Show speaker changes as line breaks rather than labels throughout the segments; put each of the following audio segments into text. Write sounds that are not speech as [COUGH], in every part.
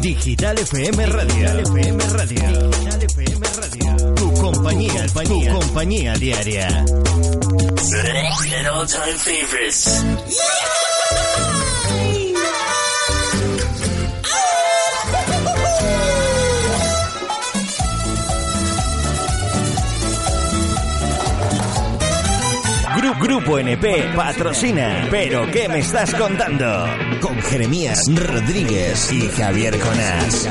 Digital FM Radio. FM Radio. Digital FM Radio. Tu compañía, tu compañía diaria.
And all-time favorites.
Gru- Grupo NP patrocina. Pero ¿qué me estás contando? Con Jeremías Rodríguez y Javier Conas.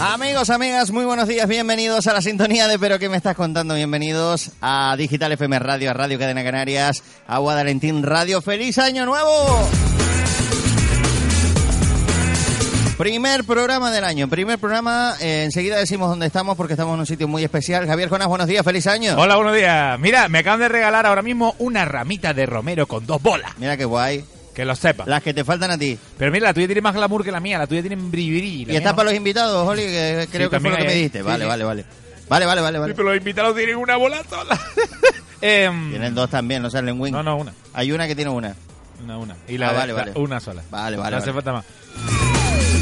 Amigos, amigas, muy buenos días, bienvenidos a la sintonía de Pero ¿qué me estás contando? Bienvenidos a Digital FM Radio, a Radio Cadena Canarias, a Guadalentín Radio. ¡Feliz Año Nuevo! Primer programa del año, primer programa, eh, enseguida decimos dónde estamos porque estamos en un sitio muy especial. Javier Jonas, buenos días, feliz año.
Hola, buenos días. Mira, me acaban de regalar ahora mismo una ramita de romero con dos bolas.
Mira qué guay.
Que lo sepa.
Las que te faltan a ti.
Pero mira, la tuya tiene más glamour que la mía. La tuya tiene bribri.
Y está para los invitados, Oli, que creo que fue
también
lo que me
hay-
dijiste.
sí,
Vale,
sí.
vale, vale. Vale, vale, vale,
Sí,
vale.
pero los invitados tienen una bola sola. [LAUGHS] Em,
Tienen dos también, no salen wing.
no, no, una.
Hay una que tiene una.
Una, una. Y la,
Ah, vale,
la-
vale.
una sola.
Vale, vale,
No hace
vale.
falta más.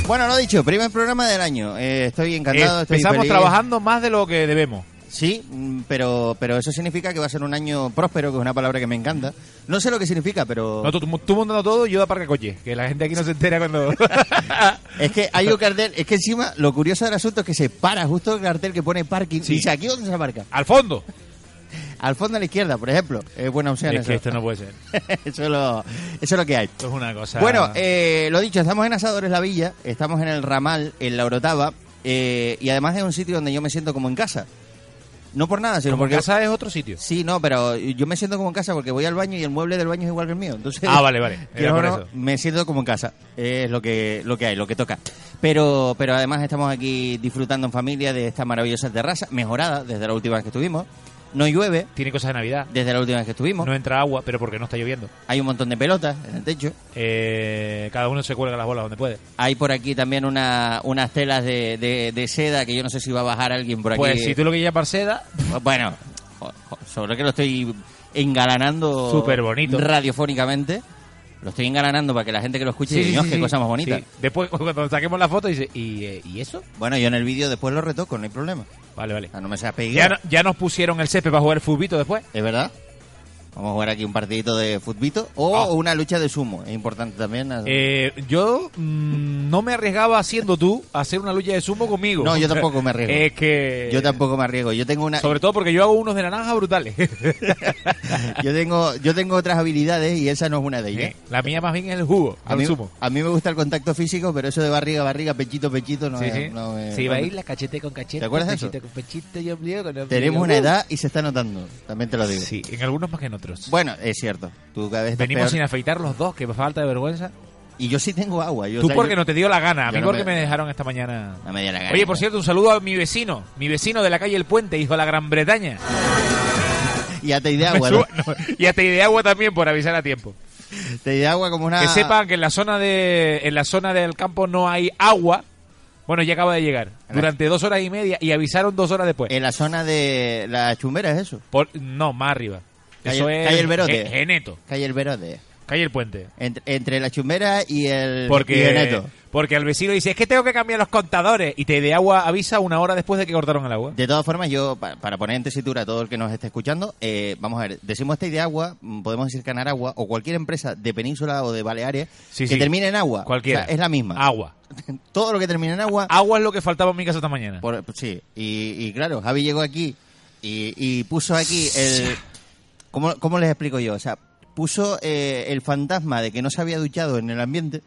Bueno, lo dicho, primer programa del año. Eh, estoy encantado,
Eh,
estoy
Empezamos
feliz.
trabajando más de lo que debemos.
Sí, mm, pero, pero eso significa que va a ser un año próspero, que es una palabra que me encanta. No sé lo que significa, pero...
No, tú, tú montando todo y yo de aparca coche. Que la gente aquí no se
[LAUGHS]
entera cuando. [LAUGHS]
Es que hay un cartel, es que encima lo curioso del asunto es que se para justo el cartel que pone parking
Sí.
y dice, ¿aquí dónde se aparca? [LAUGHS]
Al fondo.
Al fondo a la izquierda, por ejemplo. Es buena opción
es
eso. [LAUGHS]
que esto no puede ser.
eso, es lo- eso es lo que hay.
Esto es una cosa.
Bueno, eh, lo dicho, estamos en Asadores La Villa, estamos en el Ramal, en La Orotava, eh, y además es un sitio donde yo me siento como en casa. No por nada, sino
Como
porque...
casa es
[LAUGHS]
otro sitio.
Sí, no, pero yo me siento como en casa porque voy al baño y el mueble del baño es igual que el mío. Entonces, [LAUGHS]
Ah, vale, vale. Era
quieras o
por
no,
eso.
me siento como en casa. Es lo que, lo que hay, lo que toca. Pero, pero además estamos aquí disfrutando en familia de esta maravillosa terraza, mejorada desde la última vez que estuvimos. No llueve
Tiene cosas de Navidad.
desde la última vez que estuvimos.
No entra agua, pero porque no está lloviendo.
Hay un montón de pelotas en el techo.
Eh, cada uno se cuelga las bolas donde puede.
Hay por aquí también una, unas telas de, de- de seda que yo no sé si va a bajar alguien por aquí.
Pues si tú lo quieres llamar seda,
Bueno, jo- jo- sobre que lo estoy engalanando
Superbonito.
radiofónicamente. Lo estoy engalanando para que la gente que lo escuche
sí, sí,
diga, "Dios,
sí,
qué
sí.
cosa más bonita.
Sí. Después, [LAUGHS] cuando saquemos la foto, dice, ¿y, eh, ¿y eso?
Bueno, yo en el vídeo después lo retoco, no hay problema.
Vale, vale.
O sea, no me seas
Ya,
peguero.
no- ya nos pusieron el césped para jugar el futbito después.
¿Es verdad? Vamos a jugar aquí un partidito de futbito o
Ah.
una lucha de sumo. Es importante también.
Eh, yo mm, no me arriesgaba, siendo tú, a hacer una lucha de sumo conmigo. [LAUGHS]
No, yo tampoco me arriesgo.
Es que...
yo tampoco me arriesgo. Yo tengo una,
Sobre todo porque yo hago unos de naranja brutales. [LAUGHS]
yo tengo, yo tengo otras habilidades y esa no es una de ellas.
Eh, La mía más bien es el jugo,
A
al
mí,
sumo.
a mí me gusta el contacto físico, pero eso de barriga a barriga, pechito a pechito, no
sí,
es-
sí.
no me-
Sí,
no me-
baila cachete con cachete.
¿Te acuerdas de eso?
Pechito con pechito y ombligo con ombligo.
Tenemos una edad y se está notando, también te lo digo.
Uh. Sí, en algunos más que en otros.
Bueno, es cierto. Tú cada vez estás
Venimos sin
peor.
afeitar los dos, que por falta de vergüenza.
Y yo sí tengo agua. Yo, o
Tú
sea,
porque
yo-
no te dio la gana, a
yo
mí
no
porque
me-
me... dejaron esta mañana.
No me dio la gana.
Oye, por cierto, un saludo a mi vecino, mi vecino de la calle El Puente, hijo de la Gran Bretaña.
Y ya te di agua.
Me
¿no?
suba- [LAUGHS] no, y hasta de agua también por avisar a tiempo.
Te di agua como una.
Que sepan que en la zona de en la zona del campo no hay agua. Bueno, ya acaba de llegar. Durante dos horas y media y avisaron dos horas después.
En la zona de la chumbera es eso.
Por- no, más arriba.
Calle-
Eso es
calle El Berote.
Ge- Geneto,
Calle El Verode.
calle El Puente.
Entre, entre la chumbera y el. y
Porque,
Veneto.
porque al vecino dice, es que tengo que cambiar los contadores. Y te de agua avisa una hora después de que cortaron el agua.
De todas formas, yo, pa- para poner en tesitura a todo el que nos esté escuchando, eh, vamos a ver, decimos este de agua, mm, podemos decir que Canaragua o cualquier empresa de península o de Baleares
Sí,
que
sí.
termine en agua.
Cualquiera. Ah.
O sea, es la misma.
Agua.
Todo lo que termine en agua.
Agua es lo que faltaba en mi casa esta mañana.
por- sí, y, y claro, Javi llegó aquí y, y puso aquí el. ¿cómo, cómo les explico yo? O sea, puso eh, el fantasma de que no se había duchado en el ambiente.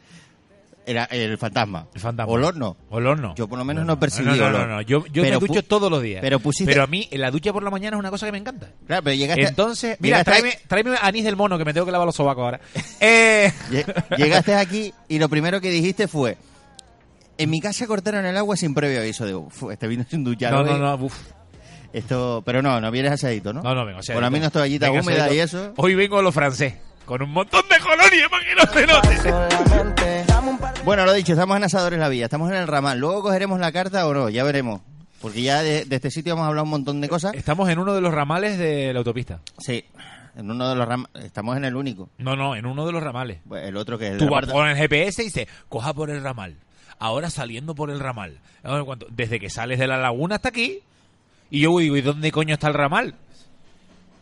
era el fantasma.
El fantasma.
Olor no.
Olor no.
Yo por lo menos no percibí
No, no, no,
olor.
no. Yo, yo
Pero
me ducho
pu-
todos los días.
pero pusiste-
Pero a mí, la ducha por la mañana es una cosa que me encanta.
Claro, pero llegaste,
Entonces, mira,
llegaste-
tráeme, tráeme anís del mono que me tengo que lavar los
[LAUGHS]
sobacos ahora. Eh,
lle- Llegaste aquí y lo primero que dijiste fue... En mi casa cortaron el agua sin previo aviso. Digo, "Fu, este vino sin duchar.
no,
hoy".
no, no, uf.
Esto, pero no, no vienes asadito, ¿no?
No, no, vengo. o sea,
Por lo menos toallita
venga,
húmeda
soy-
y eso.
Hoy vengo a lo francés. Con un montón de colonias para que no se
[LAUGHS]
note.
Bueno, lo dicho, estamos en Asadores La Villa, estamos en el ramal. Luego cogeremos la carta o no, ya veremos. Porque ya de, de este sitio hemos hablado un montón de cosas.
Estamos en uno de los ramales de la autopista.
Sí, en uno de los ramales. Estamos en el único.
No, no, en uno de los ramales.
Bueno, El otro que es el de
Tú
la
vas
puerta.
con el GPS y dices, coja por el ramal. Ahora saliendo por el ramal. Ahora, cuando- Desde que sales de la laguna hasta aquí. Y yo digo, ¿y dónde coño está el ramal?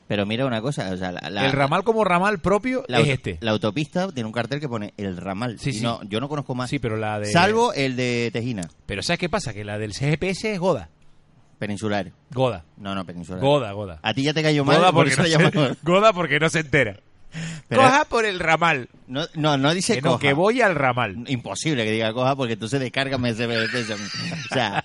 Pero mira una cosa, o sea, la, la-
el ramal como ramal propio
la
es
auto-
este.
la autopista tiene un cartel que pone el ramal.
Sí,
Y
sí.
No, yo no conozco más.
Sí, pero la de...
Salvo el de Tejina,
Pero ¿sabes qué pasa? Que la del GPS es goda.
peninsular.
Goda.
No, no, peninsular.
Goda, goda.
A ti ya te cayó mal,
Goda
por
porque,
eso
no
la
se,
llamamos.
goda porque no se entera.
Pero-
Coja por el ramal.
No, no, no dice
Que, no,
coja.
que voy al ramal.
Imposible que diga coja porque entonces descárgame ese beneficio. O sea,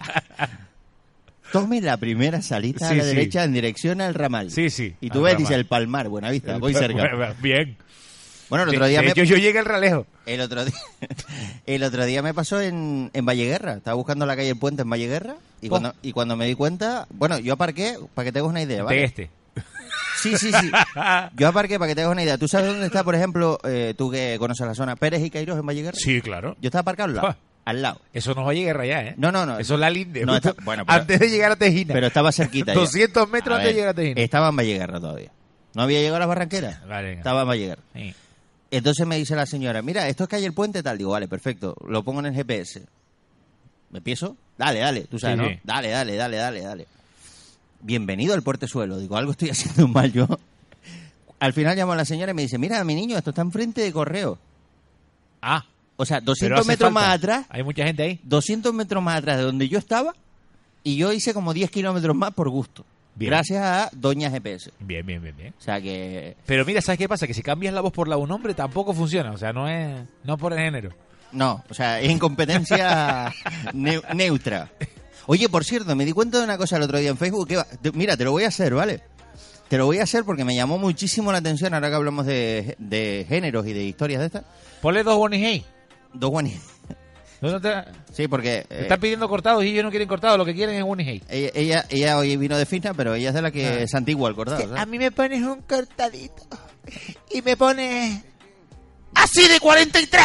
tome la primera salita a
Sí,
la
sí.
derecha en dirección al ramal.
Sí, sí,
Y tú
al
ves,
ramal.
dice el Palmar, buena vista, voy cerca.
[LAUGHS] Bien.
Bueno, el otro día
De- de
me,
hecho, yo llegué al ralejo.
el otro día, [LAUGHS] el otro día me pasó en, en Valleguerra. Estaba buscando la calle El Puente en Valleguerra y
Pues.
cuando, y cuando me di cuenta, bueno, yo aparqué para que te hagas una idea, ¿vale?
De este.
Sí, sí, sí. Yo aparqué para que te hagas una idea. ¿Tú sabes dónde está, por ejemplo, eh, tú que conoces la zona, Pérez y Cairós en Valleguerra?
Sí, claro.
Yo estaba aparcado al
Pues.
lado. Al lado.
Eso no va a llegar allá, ¿eh?
No, no, no.
Eso es la linde.
No,
justo
está- bueno, pero-
antes de llegar a Tejina.
Pero estaba cerquita. ya.
200 metros
A ver,
antes de llegar a Tejina.
Estaba en Vallegarra todavía. No había llegado a las barranqueras.
Vale, venga.
Estaba en Vallegarra.
Sí.
Entonces me dice la señora, mira, esto es calle El Puente tal. Digo, vale, perfecto. Lo pongo en el GPS. ¿Me empiezo? Dale, dale. Tú sabes,
Sí,
¿no?
sí.
Dale, dale, dale, dale, dale. Bienvenido al portezuelo. Digo, algo estoy [LAUGHS] haciendo mal yo. Al final llamo a la señora y me dice, mira, mi niño, esto está enfrente de correo.
Ah,
O sea,
pero
200
hace
metros
falta.
más atrás,
Hay mucha gente ahí.
200 metros más atrás de donde yo estaba, y yo hice como 10 kilómetros más por gusto.
Bien.
Gracias a Doña GPS.
Bien, bien, bien, bien.
O sea que.
Pero mira, ¿sabes qué pasa? Que si cambias la voz por la de un hombre tampoco funciona. O sea, no es no es por el género.
No, o sea, es incompetencia neu- neutra. Oye, por cierto, me di cuenta de una cosa el otro día en Facebook. Que va- te- mira, te lo voy a hacer, ¿vale? Te lo voy a hacer porque me llamó muchísimo la atención ahora que hablamos de, de géneros y de historias de estas.
Ponle dos Bonnie Hay.
Dos guanis. [LAUGHS]
No, no te-
Sí, porque
te
eh,
están pidiendo cortados y ellos no quieren cortados. Lo que quieren es Bonnie Hay.
ella, ella, ella hoy vino de fina, pero ella es de la que es antigua, al cordado. ¿sabes?
mí me pones un cortadito y me pones así de 43.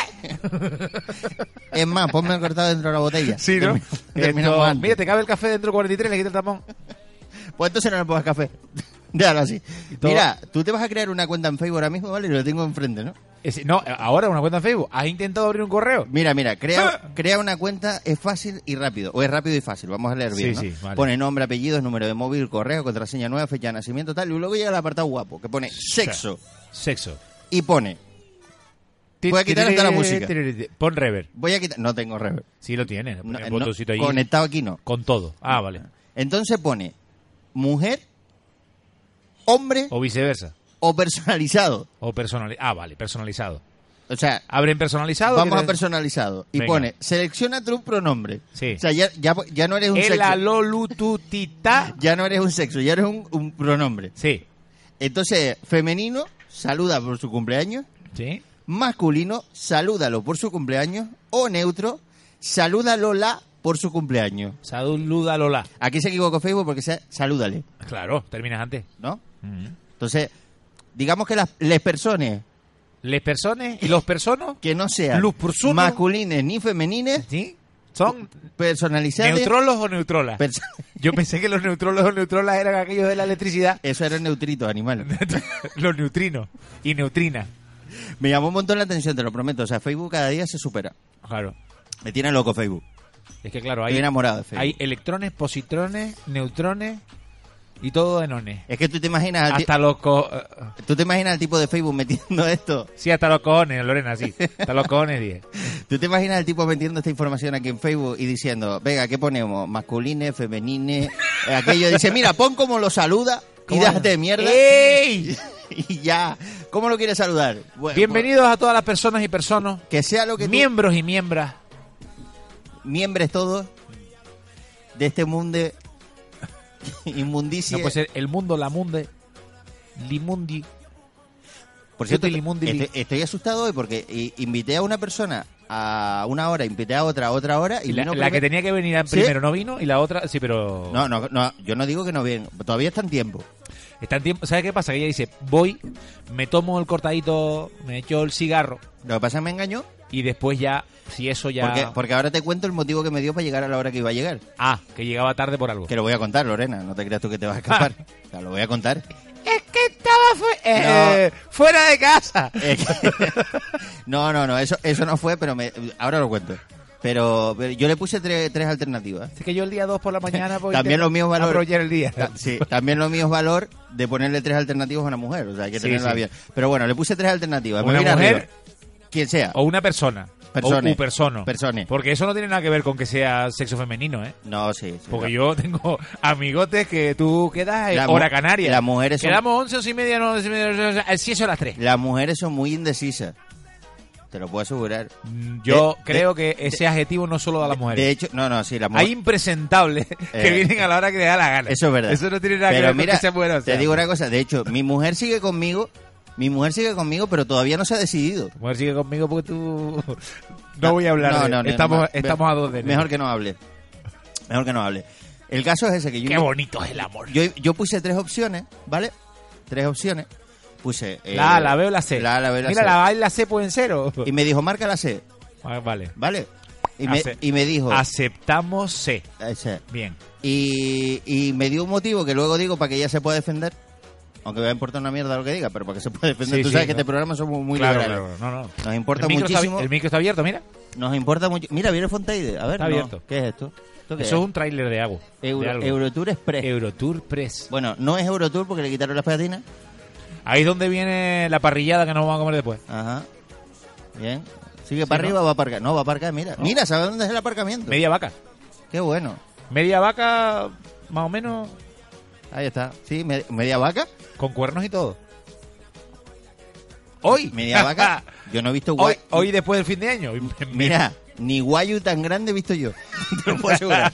Es más, ponme el cortado dentro de la botella.
Sí, ¿no?
Termi- Terminamos
Esto-
antes.
Mira, te cabe el café dentro de 43, le quita el tapón.
Pues entonces no le pongas café. [LAUGHS] Déjalo así.
todo-
Mira, tú te vas a crear una cuenta en Facebook ahora mismo, ¿vale? Y lo tengo enfrente, ¿no?
Es- no, ahora una cuenta en Facebook. ¿Has intentado abrir un correo?
Mira, mira, crea,
[LAUGHS] Ah.
crea una cuenta, es fácil y rápido. O es rápido y fácil, vamos a leer bien.
Sí,
¿no?
sí, vale.
Pone nombre, apellidos, número de móvil, correo, contraseña nueva, fecha de nacimiento, tal. Y luego llega el apartado guapo, que pone sexo.
Sexo.
Y pone, Voy a quitar hasta la música.
Pon rever.
voy a quitar. No tengo reverb.
Sí, lo tienes.
No, eh,
Pon el
no,
botoncito ahí.
conectado aquí no.
Con todo. Ah, vale.
Entonces pone mujer, hombre
O viceversa.
o personalizado.
O personalizado. Ah, vale, personalizado.
O sea,
Abren personalizado.
Vamos
que
a
te-
personalizado. Y
Venga.
pone, selecciona tu pronombre.
Sí.
O sea, ya, ya, ya no eres un
El
sexo.
alolututita.
Ya no eres un sexo, ya eres un, un pronombre.
Sí.
Entonces, femenino, saluda por su cumpleaños.
Sí.
Masculino, salúdalo por su cumpleaños. O neutro, salúdalo la por su cumpleaños.
Saluda Lola.
Aquí se equivocó Facebook porque se salúdale,
Claro, terminas antes.
¿no?
Mm.
Entonces, digamos que las les personas
Les personas y los personas
que no sean
Los personas.
masculines ni femenines,
¿sí? son
personalizables...
neutrolos o neutrolas.
perso- [LAUGHS]
Yo pensé que los neutrolos o neutrolas eran aquellos de la electricidad.
Eso era neutrito, animal.
[LAUGHS] los neutrinos y neutrinas.
Me llamó un montón la atención, te lo prometo. O sea, Facebook cada día se supera.
Claro.
Me tiene loco Facebook.
Es que claro, hay,
Estoy enamorado de Facebook.
hay electrones, positrones, neutrones y todo enones.
Es que tú te imaginas, al Ah, ti-
Hasta los co- eh,
tú te imaginas el tipo de Facebook metiendo [LAUGHS] esto.
Sí, hasta los cojones,
[LAUGHS]
Lorena, sí. Hasta los cojones, 10.
Tú te imaginas el tipo metiendo esta información aquí en Facebook y diciendo, venga, ¿qué ponemos? Masculines, femenines, eh, aquello. Dice, mira, pon como lo saluda. y déjate de mierda.
Eh. ¡Ey!
[LAUGHS] Y ya. ¿Cómo lo quieres saludar? Bueno, pues,
Bienvenidos a todas las personas y personas,
Que sea lo que tú-
miembros y miembras.
miembros todos de este mundo inmundicia.
No pues, puede ser el mundo, la munde, limundi.
Por cierto,
Tutti Limundi Li.
estoy, estoy asustado hoy porque i- invité a una persona a una hora, invité a otra a otra hora y
La,
vino
la que
primero.
tenía que venir en
¿Sí?
primero no vino y la otra, sí, pero...
No, no, no, yo no digo que no bien, todavía está en tiempo.
Está en tiempo, ¿Sabes qué pasa? Que ella dice, voy, me tomo el cortadito, me echo el cigarro
Lo que pasa es que me engañó
y después ya, si eso ya...
porque, porque ahora te cuento el motivo que me dio para llegar a la hora que iba a llegar.
Ah, que llegaba tarde por algo.
Que lo voy a contar, Lorena, no te creas tú que te
Ah.
vas a escapar. O sea, lo voy a
[LAUGHS]
contar.
Es que estaba fu-
eh,
fuera de casa.
Eh, [LAUGHS] que- no, no, no, eso, eso no fue, pero me, ahora lo cuento. Pero, pero yo le puse tres, tres alternativas.
Así que yo el día 2 por la mañana voy
También
a
los míos valores.
aprovechar el día.
Ta- sí, también lo mío es valor de ponerle tres alternativas a una mujer, o sea, hay que
Sí,
tenerla
sí.
bien. Pero bueno, le puse tres alternativas. Me
Una
voy a ir
mujer. Oh.
arriba. Quien sea.
O una persona.
Persone.
O u persona.
Persone.
Porque eso no tiene nada que ver con que sea sexo femenino, ¿eh?
No, sí. sí,
Porque
no.
yo tengo amigotes que tú quedas eh,
La mu-
hora canaria.
las mujeres son-
Quedamos 11, 11 y media, no, 11 y media, no, no, no, sí, eso a las 3.
Las mujeres son muy indecisas. Te lo puedo asegurar.
Yo
Mm, de-
creo que ese adjetivo no solo da a las mujeres.
De hecho, no, no, sí, las
Hay
mujeres.
impresentables que
Eh,
vienen a la hora que te da la gana.
Eso es verdad.
Eso no tiene nada
Pero
que ver
mira,
con que sea mujer o sea.
Te digo una cosa, de hecho, mi mujer sigue conmigo, mi mujer sigue conmigo, pero todavía no se ha decidido.
Mujer, sigue conmigo porque tú... [LAUGHS] No voy a hablar.
No,
de-
no, no,
estamos,
no,
estamos a dos de enero.
Mejor que no hable. Mejor que no hable. El caso es ese que yo
Qué bonito es el amor.
yo, yo puse tres opciones, ¿vale? Tres opciones. Puse. eh,
la A, la B o la C.
La A, la B, la
Mira,
C.
la A y la C pueden ser o...
Y me dijo, marca la C,
Ah, vale.
¿vale? Y me,
Ace-
y me dijo.
Aceptamos C.
eh, C.
Bien.
Y, y me dio un motivo que luego digo para que ella se pueda defender. Aunque me va a importar una mierda lo que diga, pero para que se pueda defender.
Sí,
Tú
sí,
sabes que
no.
este programa somos muy
claro,
liberales.
claro. No, no.
Nos importa
el micro está abi-
muchísimo.
el micro está abierto, mira.
Nos importa mucho. Mira, viene Fontaide. A ver,
Está
no.
abierto.
¿qué es esto? ¿Esto qué
Eso es un tráiler de agua. de
Euro-
algo.
Eurotour Express.
Eurotour Press.
Bueno, no es Eurotour porque le quitaron las pegatinas.
Ahí es donde viene la parrillada que nos vamos a comer después.
Ajá. Bien. Sigue para arriba, va para acá. No, va para acá, mira. Mira, ¿sabes dónde es el aparcamiento?
Media vaca.
Qué bueno.
Media vaca, más o menos,
Ahí está. Sí, me- media vaca.
con cuernos y todo. Hoy.
Media
[LAUGHS]
vaca. Yo no he visto
hoy,
guay.
hoy después del fin
[LAUGHS]
de año.
Mira, ni guayu tan grande he visto yo. [LAUGHS] Te lo puedo asegurar.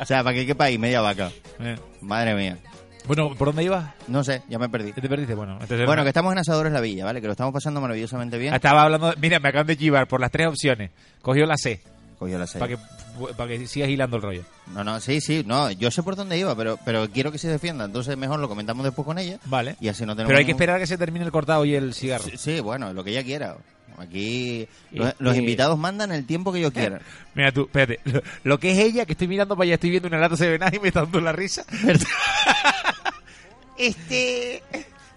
o sea, ¿para qué qué país? Media vaca.
Eh.
Madre mía.
Bueno, ¿por dónde ibas?
No sé, ya me perdí.
¿Qué te perdiste? Bueno, este entonces-
Bueno, que estamos en Asadores La Villa, ¿vale? Que lo estamos pasando maravillosamente bien.
Estaba hablando, de- mira, me acaban de chivar por las tres opciones. Cogió la C,
Cogió la serie.
para que para que sigas hilando el rollo.
No, no, sí, sí, no. Yo sé por dónde iba, pero, pero quiero que se defienda. Entonces, mejor lo comentamos después con ella.
Vale.
Y así no tenemos.
Pero hay que
ningún-
esperar a que se termine el cortado y el cigarro.
Sí, sí, bueno, lo que ella quiera. Aquí
Y-
los, los
y-
invitados mandan el tiempo
[LAUGHS]
que ellos quieran.
Mira tú, espérate, [LAUGHS] lo, lo que es ella, que estoy mirando para allá, estoy viendo una lata de venado y me está dando la risa. [LAUGHS]
Este.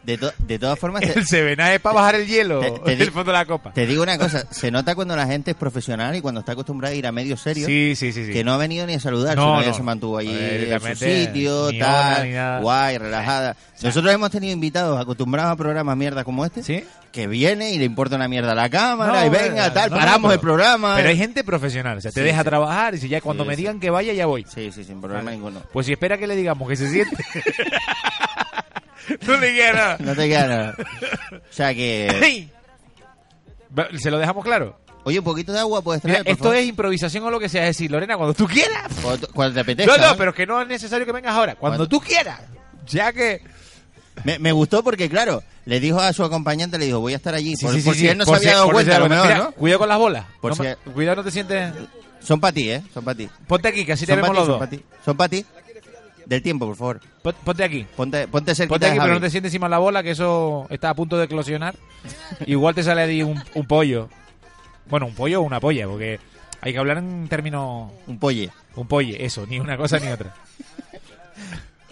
De, to- de todas formas, te,
El Sevená es para bajar el hielo
Te- te di-
del fondo de la copa.
te digo una cosa: se nota cuando la gente es profesional y cuando está acostumbrada a ir a medio serio.
Sí, sí, sí, sí.
Que no ha venido ni a saludar,
No,
sino ella
no.
se mantuvo allí
Eh,
en su
directamente,
sitio,
ni hola, ni nada.
tal, guay, relajada. Nosotros hemos tenido invitados acostumbrados a programas mierda como este,
¿Sí?
que viene y le importa una mierda a la cámara,
No,
y venga,
bueno,
tal,
no,
paramos
pero-
el programa.
Pero hay gente profesional, o sea, te
Sí,
deja
sí.
trabajar y si ya cuando
Sí,
me
sí.
digan que vaya, ya voy.
Sí, sí, sin problema ninguno.
Pues si espera que le digamos que se
[LAUGHS]
siente. [LAUGHS] no le queda nada.
No te queda
[LAUGHS]
nada. O sea que...
¡Ay! Va- ¿Se lo dejamos claro?
Oye, un poquito de agua puedes
Mira,
traer, por
esto es improvisación o lo que sea. Es decir, Lorena, cuando tú quieras.
favor? Cuando, cuando te apetezca.
No, no,
¿eh?
pero que no es necesario que vengas ahora. Cuando
Cuando-
tú quieras. Ya que...
Me, me gustó porque, claro, le dijo a su acompañante, le dijo, voy a estar allí. por
Sí, sí,
por
sí,
si
sí.
él no
Por
se había
si-
dado
por si
cuenta,
se
a lo
da cuenta.
mejor,
Mira, Cuidado con las bolas.
Por
No
si-
me- Cuidado, no te sientes...
¿no? Son para ti, ¿eh? Son para ti.
Ponte aquí, que así te
Son
vemos
para ti,
los
son
dos.
para ti. Son para ti. Del tiempo, por favor.
Pon- Ponte aquí.
Ponte, ponte cerquita
Ponte
de
aquí, pero
Javi.
no te sientes encima de la bola, que eso está a punto de eclosionar. Igual te sale ahí un, un pollo. Bueno, un pollo o una polla, porque hay que hablar en términos...
Un polle.
Un polle, eso, ni una cosa ni otra.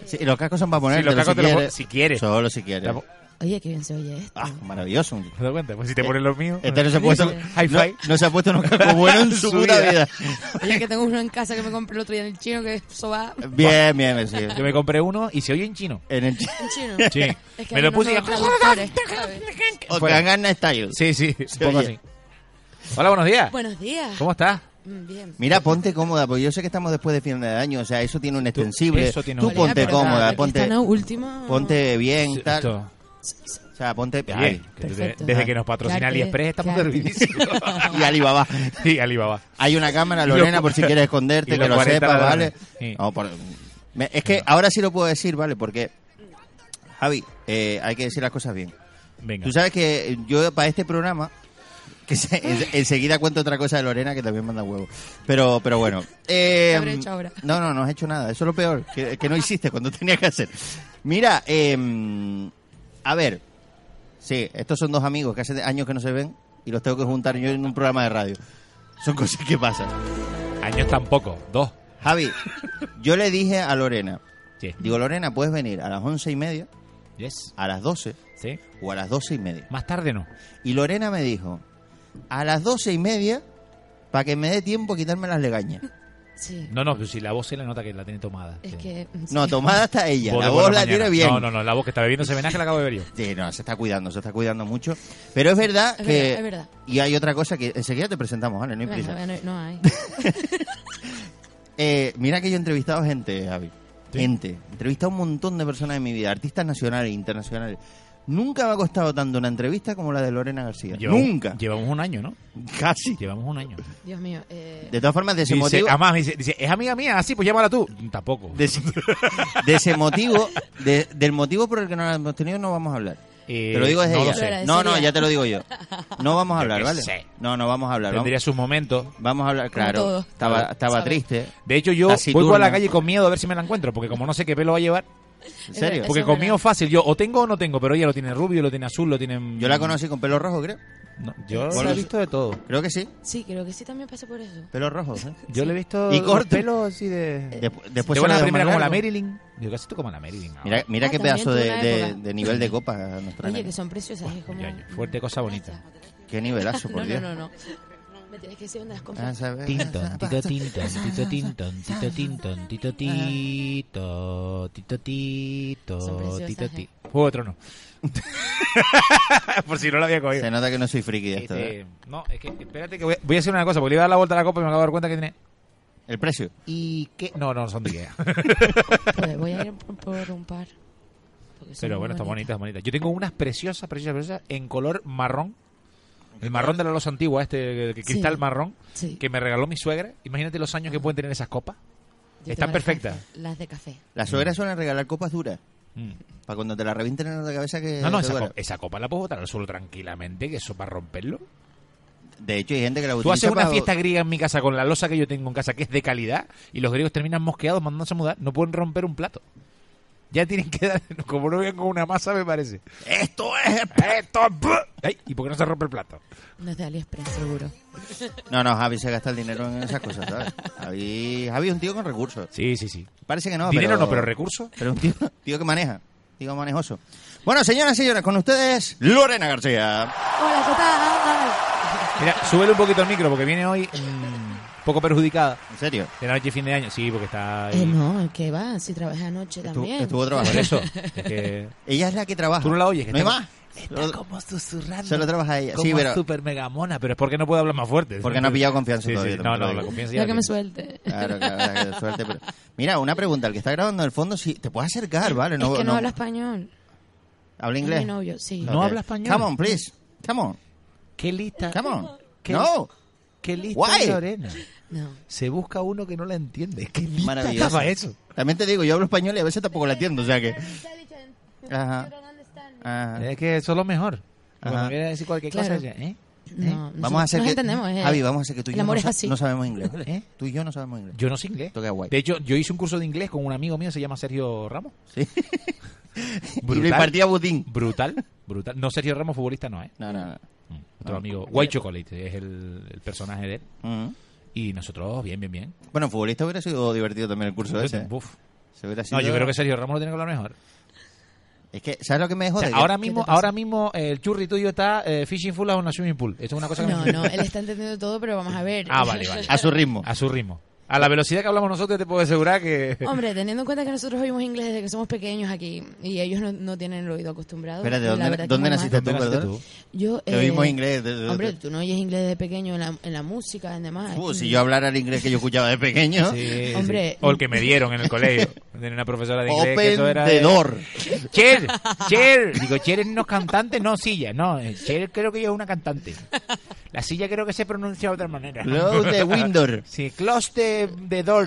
Sí, y los cascos son para poner
los cascos te los
si
pon-
quieres.
si quieres.
Solo si quieres.
Tampo-
Oye, qué bien se oye esto.
Ah, maravilloso.
¿Te das cuenta? Pues si te pones los míos...
Este no se ha puesto,
[LAUGHS] Hi-fi.
no, no se ha puesto nunca como bueno
[LAUGHS]
en su
Su
puta
vida.
vida.
Oye, que tengo uno en casa que me compré el otro día en el chino, que eso va en
Bien, bien, sí.
Yo me compré uno y se oye en chino.
En el
chino.
Sí.
Es que
me
hay
lo
unos
puse y...
nuevos traductores, ¿sabes?
O
[LAUGHS] Fuera.
Gangnam Style.
Sí, sí, un
Se
poco
oye.
así. Hola, buenos días.
Buenos días.
¿Cómo estás?
Mm, Bien.
Mira, ponte cómoda, porque yo sé que estamos después de fin de año, o sea, eso tiene un extensible.
eso tiene
Tú
un-
ponte
Colega, pero la- la
cómoda,
que
ponte,
está en la última-
ponte bien, tal.
Esto-
O sea, ponte bien.
Bien, que tú te-
perfecto.
desde que nos patrocina
Qué arte,
AliExpress estamos
qué
[LAUGHS]
arte.
servidísimos. [LAUGHS]
Y Alibaba.
y Alibaba.
Hay una cámara, Lorena, por si quieres esconderte,
y los
que lo
40
sepas, ¿vale?
dólares. Sí.
No, por- me- es que ahora sí lo puedo decir, ¿vale? Porque, Javi, eh, hay que decir las cosas bien.
Venga.
Tú sabes que yo para este programa, que se- en- enseguida cuento otra cosa de Lorena que también manda huevo. Pero, pero bueno. eh,
¿Qué habré hecho ahora?
No, no, no has hecho nada. Eso es lo peor, que, que no hiciste cuando [LAUGHS] tenías que hacer. Mira, eh, a ver. Sí, estos son dos amigos que hace años que no se ven y los tengo que juntar yo en un programa de radio. Son cosas que pasan.
Años tampoco, dos.
Javi, yo le dije a Lorena,
Sí.
digo, Lorena, puedes venir a las once y media,
Yes.
a las doce
Sí.
o a las doce y media.
Más tarde no.
Y Lorena me dijo, a las doce y media, para que me dé tiempo a quitarme las
[LAUGHS]
legañas.
Sí.
No, no, pero si la voz se la nota que la tiene tomada.
Es
Sí.
que. mm,
No, tomada está ella,
Voz
la
de
voz
buena
la
mañana.
tiene bien.
No, no, no, la voz que está bebiendo se venaje la acabo de
[LAUGHS]
ver yo.
Sí, no, se está cuidando, se está cuidando mucho. Pero es verdad
Es
que...
verdad, es verdad.
Y hay otra cosa que enseguida te presentamos, vale, no hay
Bueno,
prisa.
bueno,
[LAUGHS]
no hay.
Eh, mira que yo he entrevistado gente, Javi. Gente. He entrevistado un montón de personas en mi vida, artistas nacionales e internacionales. Nunca me ha costado tanto una entrevista como la de Lorena García.
Llevamos-
Nunca.
Llevamos un año, ¿no?
Casi.
Llevamos un año.
Dios mío. eh,
De todas formas, de ese
Dice,
motivo...
Además, me dice, dice, es amiga mía, así, pues llámala tú. Tampoco.
De, ese- de ese motivo, de- del motivo por el que no la hemos tenido, no vamos a hablar.
Eh,
te lo digo desde
no lo
ya.
sé.
No, no, ya te lo digo yo. No vamos a
Yo
hablar,
qué
¿vale?
sé.
No, no vamos a hablar. Vamos,
Tendría sus momentos.
vamos a hablar,
Como
claro.
todo.
Estaba, estaba
Sabe.
triste.
De hecho, yo
Taciturna.
vuelvo a la calle con miedo a ver si me la encuentro, porque como no sé qué pelo va a llevar,
¿En serio?
Eso
porque
es
conmigo
verdad.
fácil, yo o tengo o no tengo, pero ella lo tiene rubio, lo tiene azul, lo tiene...
Yo la conocí con pelo rojo, creo.
No, yo
Bueno,
la he
sí.
visto de todo.
Creo que sí.
Sí, creo que sí también pasé por eso.
Pelo rojo. ¿eh?
Yo le he visto
Y corto.
pelo así
Eh,
de...
Despu- después
Te voy
se
a la
lo
primera
dejamos
como la
largo.
Marilyn. Yo casi tú como la Marilyn. ahora.
Mira, mira
Ah,
qué
también
pedazo
tuve
de,
una
de-
época.
de nivel de copa nuestra
Oye,
nena.
que son preciosas. Es como...
Ya, ya, fuerte cosa bonita.
Qué nivelazo, por
[LAUGHS] No, no,
Dios.
no, no. Me tienes que decir dónde las
Ah,
compras.
¿sabes?
Tinton, tito tinton, tito tinton, tito tinton, tito tito, tito
Son
tito,
preciosas,
tito
¿eh?
ti. Juego de trono. [LAUGHS] Por si no lo había cogido.
Se nota que no soy friki de esto.
Este,
¿eh?
no, es que espérate que voy, voy a hacer una cosa, porque le iba a dar la vuelta a la copa y me acabo de dar cuenta que tiene...
El precio.
¿Y qué? No, no, [LAUGHS] son de Ikea.
Pues voy a ir por, por un par. porque son
Pero
muy
bueno, están bonitas, bonitas. Yo tengo unas preciosas, preciosas, preciosas, en color marrón. El marrón de la losa antigua, este el cristal
Sí.
marrón,
Sí.
que me regaló mi suegra. Imagínate los años que pueden tener esas copas.
Yo
Están
tengo las
perfectas.
café- Las de café.
Las suegras suelen regalar copas duras.
Mm.
Para cuando te la revienten en la cabeza que...
No, no,
te
esa
duela.
copa, eh, esa copa la puedo botar al suelo tranquilamente, que eso para romperlo.
De hecho, hay gente que la utiliza
Tú haces una
para-
fiesta griega en mi casa con la losa que yo tengo en casa, que es de calidad, y los griegos terminan mosqueados mandándose a mudar, no pueden romper un plato. Ya tienen que dar, [LAUGHS] como no vean con una masa, me parece. ¡Esto es! ¡Esto es! Ay, ¿Y por qué no se rompe el plato?
No es de AliExpress, seguro.
No, no, Javi se gasta el dinero en esas cosas,
[LAUGHS]
¿sabes? Javi, Javi es un tío con recursos.
Sí, sí, sí.
Parece que no,
Dinero
Ah, pero...
no, pero recursos.
Pero un tío, tío que maneja, tío manejoso. Bueno, señoras y señores, con ustedes, Lorena García.
Hola, ¿qué tal?
Mira, súbele un poquito el micro porque viene hoy mm, un poco perjudicada
En serio.
de la noche de fin de año. Sí, porque está. ahí.
Eh, no, ¿qué va? Si trabajé anoche
Estuvo,
también.
estuvo
Por
[LAUGHS]
trabajando.
eso. es que
Ella es la que trabaja.
tú no la oyes. que
No hay
está-
más.
Está como susurrando.
Solo trabaja ella.
Como
Sí, pero-
super mega mona, pero es porque no puedo hablar más fuerte.
Porque no ha pillado confianza
Sí,
todavía,
sí, No,
también
no,
lo
la
digo.
confianza ya.
Ya que
la
me
tiene.
suelte.
Claro, claro, claro, suerte. pero- Mira, una pregunta. El que está grabando en el fondo, si te puedes acercar, ¿vale?
es que no, habla español.
¿Habla
Es
inglés?
Mi novio, sí.
No
Ok.
habla español.
Come on, please. Come on.
Qué lista.
Come on.
¿Qué?
No.
Qué lista
Guay.
es Lorena.
No.
Se busca uno que no la entiende. Qué lista
Maravilloso.
estaba eso.
También te digo, yo hablo español y a veces tampoco la entiendo, o sea que... Ajá. Ah, Ajá.
Es que eso es lo mejor. Cuando
Ajá.
quiere decir cualquier cosa,
Claro.
ya, ¿eh?
No,
Vamos a hacer
nos
que...
entendemos. eh.
Javi, vamos a hacer que tú y
El
yo no,
amor es
sa-
así.
no sabemos inglés.
[LAUGHS] ¿Eh?
Tú y yo no sabemos inglés.
Yo no sé inglés.
Esto queda guay.
De hecho, yo hice un curso de inglés con un amigo mío, se llama Sergio Ramos. [LAUGHS]
Sí. Y
[LAUGHS] Brutal.
lo impartía Budín.
Brutal, brutal. No, Sergio Ramos, futbolista, no, ¿eh?
No, no, no.
Nuestro amigo White Chocolate es el, el personaje de él.
Ujú.
Y nosotros, bien, bien, bien.
Mm. Bueno, futbolista hubiera sido divertido también el curso ese.
Buf.
Se hubiera sido-
No, yo creo que Sergio Ramos lo tiene que hablar mejor.
Es que, ¿sabes lo que me
O
jode?
sea,
Que-
ahora,
¿Qué
mismo,
te pasa?
ahora mismo eh, el churri tuyo está eh, fishing full o una swimming pool. Esto es una cosa que
[LAUGHS]
me-
No, no, él está entendiendo todo, pero vamos a ver.
[LAUGHS] Ah, vale, vale.
A su ritmo.
A su ritmo. A la velocidad que hablamos nosotros te puedo asegurar que...
[LAUGHS] Hombre, teniendo en cuenta que nosotros oímos inglés desde que somos pequeños aquí y ellos no, no tienen el oído acostumbrado.
Espérate,
la
¿dónde,
verdad que
dónde
muy
naciste
mal.
tú,
naciste
perdón?
tú?
Yo, eh,
Te oímos inglés. de- de- de-
Hombre, tú no oyes inglés desde pequeño en la, en la música, en demás. Mm.
Uh, si yo hablara el inglés que yo escuchaba de pequeño.
Sí, sí.
Hombre.
O el que me dieron en el colegio. Tenía una profesora de inglés que
Open
eso era...
the
de-
door.
Cher, Cher. Digo, Cher no es cantante, no silla. No, eh, Cher creo que ella es una cantante. La silla creo que se pronuncia de otra [LAUGHS] manera.
Close the window.
Sí, close the, the door.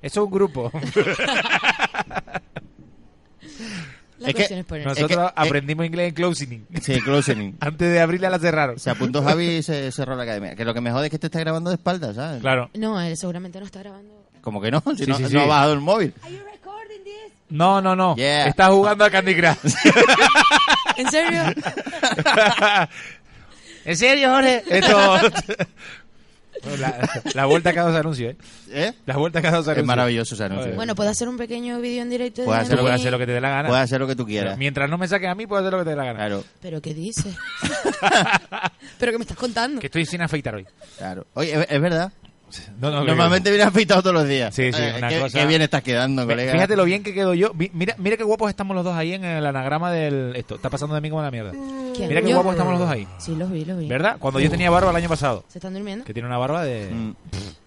Eso es
[LAUGHS]
un grupo.
La
Es que-
cuestión es poner.
no sé.
Nosotros
que- eh,
aprendimos inglés en closing.
Sí, closing.
Antes de abrirla la cerraron.
Se apuntó Javi y se cerró la academia. Que lo que me jode es que te está grabando de espaldas, ¿sabes?
Claro.
No, él seguramente no está grabando. [LAUGHS]
Como que no, si
Sí,
no,
sí,
no
sí.
ha bajado el móvil.
No, no, no.
Yeah.
Está jugando a Candy
[LAUGHS]
Crush.
¿En serio?
¿En serio, Jorge? Esto... Bueno, la, la vuelta cada dos anuncios, ¿eh?
¿eh?
La vuelta cada dos anuncios.
Es maravilloso ese anuncio.
bueno, puedo hacer un pequeño vídeo en directo.
Puedes
Tú
diciendo
puedes hacer lo que te dé la gana.
Puedes hacer lo que tú quieras.
Mientras no me saques a mí, puedes hacer lo que te dé la gana.
Claro,
¿Pero
[LAUGHS]
qué dices? ¿Pero qué me estás contando?
Que estoy sin afeitar hoy.
claro. Oye, es, es verdad.
No, no, que-
Normalmente vienes afeitado todos los días. Eh,
Sí, sí, una
qué,
cosa-
qué bien estás quedando, colega.
Fíjate lo bien que quedo yo. Vi- Mira, mira qué guapos estamos los dos ahí en el anagrama del. Esto está pasando de mí como la mierda.
¿Quién?
Mira qué
¿Yo?
guapos estamos los dos ahí.
Sí, los vi, los vi.
¿Verdad? Cuando yo tenía barba el año pasado.
¿Se están durmiendo?
Que tiene una barba de.
Mm.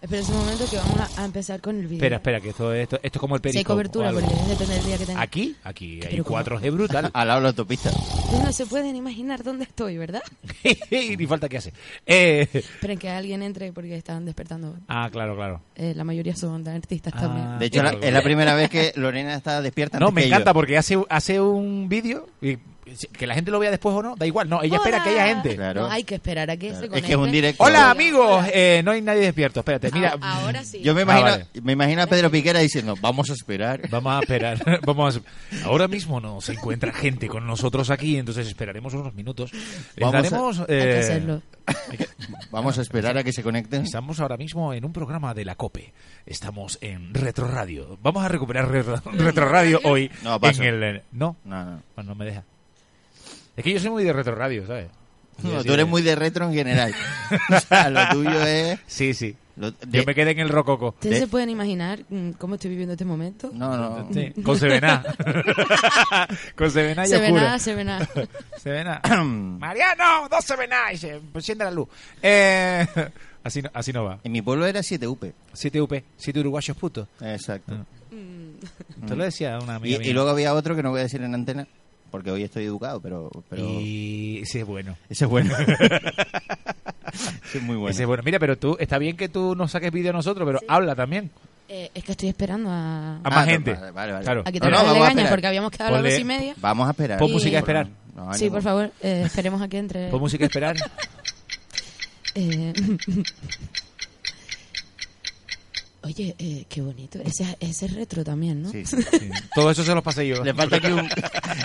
Espera un momento que vamos a, a empezar con el vídeo.
Espera, espera, que esto, esto, esto es como el perico.
Si hay cobertura,
o algo.
porque depende del día que tenga.
Aquí, aquí hay
Pero ¿cómo?
4G
[LAUGHS]
brutal. [LAUGHS]
Al lado de la autopista.
Ustedes no se pueden imaginar dónde estoy, ¿verdad?
Ni falta que hace. Eh,
Esperen que alguien entre porque están despertando.
Ah, claro, claro.
Eh, la mayoría son artistas
Ah.
también.
De hecho, la- es la primera vez que Lorena está despierta.
No,
antes
me
que
encanta
yo.
porque hace, hace un vídeo y que la gente lo vea después o no, da igual. No, ella espera
Hola.
que haya gente.
Claro.
No, hay que esperar a que se
Es
conecten.
que es un directo.
Hola, amigos. Eh, no hay nadie despierto. Espérate, mira.
Ah, ahora sí.
Yo me imagino,
vale.
me imagino a Pedro Piquera diciendo, vamos a esperar.
Vamos a esperar. [LAUGHS] Vamos a- Ahora mismo no se encuentra gente con nosotros aquí, entonces esperaremos unos minutos. Les
Vamos a-
daremos,
Hay que
eh,
hacerlo.
Vamos a esperar a que se conecten.
Estamos ahora mismo en un programa de la COPE. Estamos en Retroradio. Vamos a recuperar Retro-
[LAUGHS]
Retroradio hoy.
No, paso.
En el... eh, No,
No, no.
no, no me deja. Es que yo soy muy de Retroradio, ¿sabes?
No,
Sí,
tú eres
sí.
muy de retro en general. [LAUGHS] o sea, lo tuyo es...
Sí, sí.
lo- de-
Yo me quedé en el rococo.
¿Ustedes
De-
se pueden imaginar mm, cómo estoy viviendo este momento?
No, no.
Sí, Con [LAUGHS] Sevená. con Sevená y
se ve
oscura.
nada, se ve nada. [LAUGHS]
Se ven
[CLEARS THROAT]
a... Mariano, dos se ven a... Y se enciende la luz. Eh, [LAUGHS] así, no, así no va.
En mi pueblo era 7UP.
7 UP, 7 uruguayos putos. Ah,
Exacto.
Te lo decía una
Mm. Y,
amiga
y
mía.
luego había otro que no voy a decir en antena, porque hoy estoy educado, pero... pero...
Y ese es bueno.
Ese es
[LAUGHS]
bueno. ese es muy bueno.
Ese es bueno. Mira, pero tú, está bien que tú nos saques vídeo a nosotros, pero habla también.
Eh, es que estoy esperando a...
A
Ah,
más
no,
gente.
vale, vale, vale.
Claro.
Aquí
No, no,
tenemos la
vamos a
legaña,
esperar.
porque habíamos quedado a las
Ponle-
dos y media.
Vamos a esperar.
Pon
Sí.
música a esperar.
No,
Sí,
ánimo.
por favor, eh, esperemos a que entre...
Pon música a esperar.
[LAUGHS]
Eh, [LAUGHS] Oye, eh, qué bonito. Ese, ese es retro también, [LAUGHS] ¿no?
Sí, sí.
Sí. Todo eso se los pasé yo.
Le falta aquí un...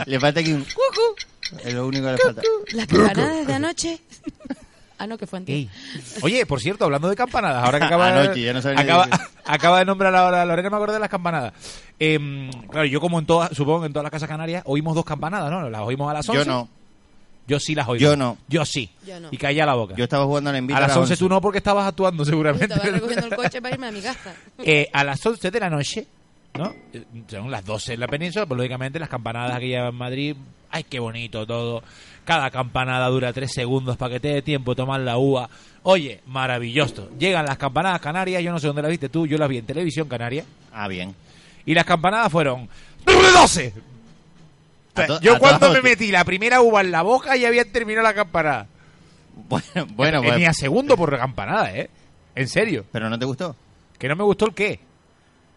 le falta aquí un... cucú. Es lo único que le falta.
Las
[LAUGHS]
campanadas de anoche. [LAUGHS] ah, no, que fue antes.
Ey. Oye, por cierto, hablando de campanadas,
[LAUGHS]
ahora que acaba,
Anoche, ya Ah, no sabía ni
acaba,
qué
[LAUGHS] acaba de nombrar ahora Lorena, me acordé de las campanadas. Em, claro, yo como en todas, supongo que en todas las casas canarias, oímos dos campanadas, ¿no? Las oímos a las 11.
Yo no.
Yo sí las oigo.
Yo no.
Yo sí.
Yo no.
Y calla la boca.
Yo estaba jugando en Invita
a las 11 tú no porque estabas actuando
Yo
seguramente.
estaba recogiendo el coche para irme a mi casa.
Eh, a las 11 de la noche, ¿no? Eh, Son las 12 en la península, pues lógicamente las campanadas aquí en Madrid, ay, qué bonito todo. Cada campanada dura 3 segundos para que te dé tiempo tomar la uva. Oye, maravilloso. Llegan las campanadas canarias, yo no sé dónde las viste tú, yo las vi en televisión canaria.
Ah, bien. [LAUGHS]
Y las campanadas fueron 12. O sea,
A to-
yo
a
cuando
todas
me
hostias.
metí la primera uva en la boca ya había terminado la campanada.
Bueno, bueno,
Eh, ni
pues,
a segundo por campanada, ¿eh? En serio.
pero no te gustó. O
Que no me gustó el qué.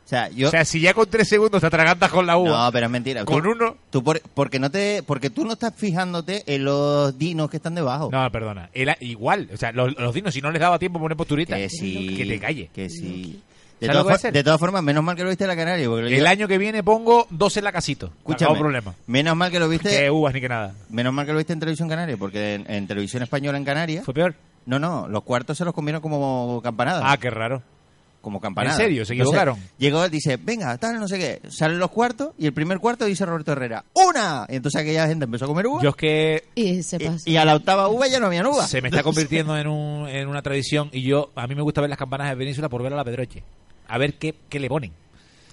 sea, yo
O sea, si ya con tres segundos te atragantas con la uva.
No, pero es mentira.
Con
Tú-
uno.
Tú por- porque no te porque tú no estás fijándote en los dinos que están debajo.
No, perdona. Era igual. O sea, los, los dinos, si no les daba tiempo a poner posturita,
que sí.
que te calle.
Que sí. De
¿Sabes lo que voy a
todas, for-
hacer?
de todas formas, menos mal que lo viste en la Canaria. Porque
El año que viene pongo dos en la casito.
Escúchame, Eh,
No problema.
Menos mal que lo viste.
Que uvas ni que nada.
Menos mal que lo viste en televisión canaria, porque en, en televisión española en Canarias.
¿Fue peor?
No, no, los cuartos se los comieron como campanadas.
Ah, qué raro.
como campanadas.
¿en serio? ¿Se
Entonces,
equivocaron?
llegó, dice, venga, tal, no sé qué. Salen los cuartos y el primer cuarto dice Roberto Herrera, ¡una! Y entonces aquella gente empezó a comer uva.
Yo es que
Y se pasó.
y, y a la octava uva ya no había uva.
se me está convirtiendo en, un, en una tradición y yo, a mí me gusta ver las campanas de Península por ver a la Pedroche. a ver qué, qué le ponen.
[LAUGHS]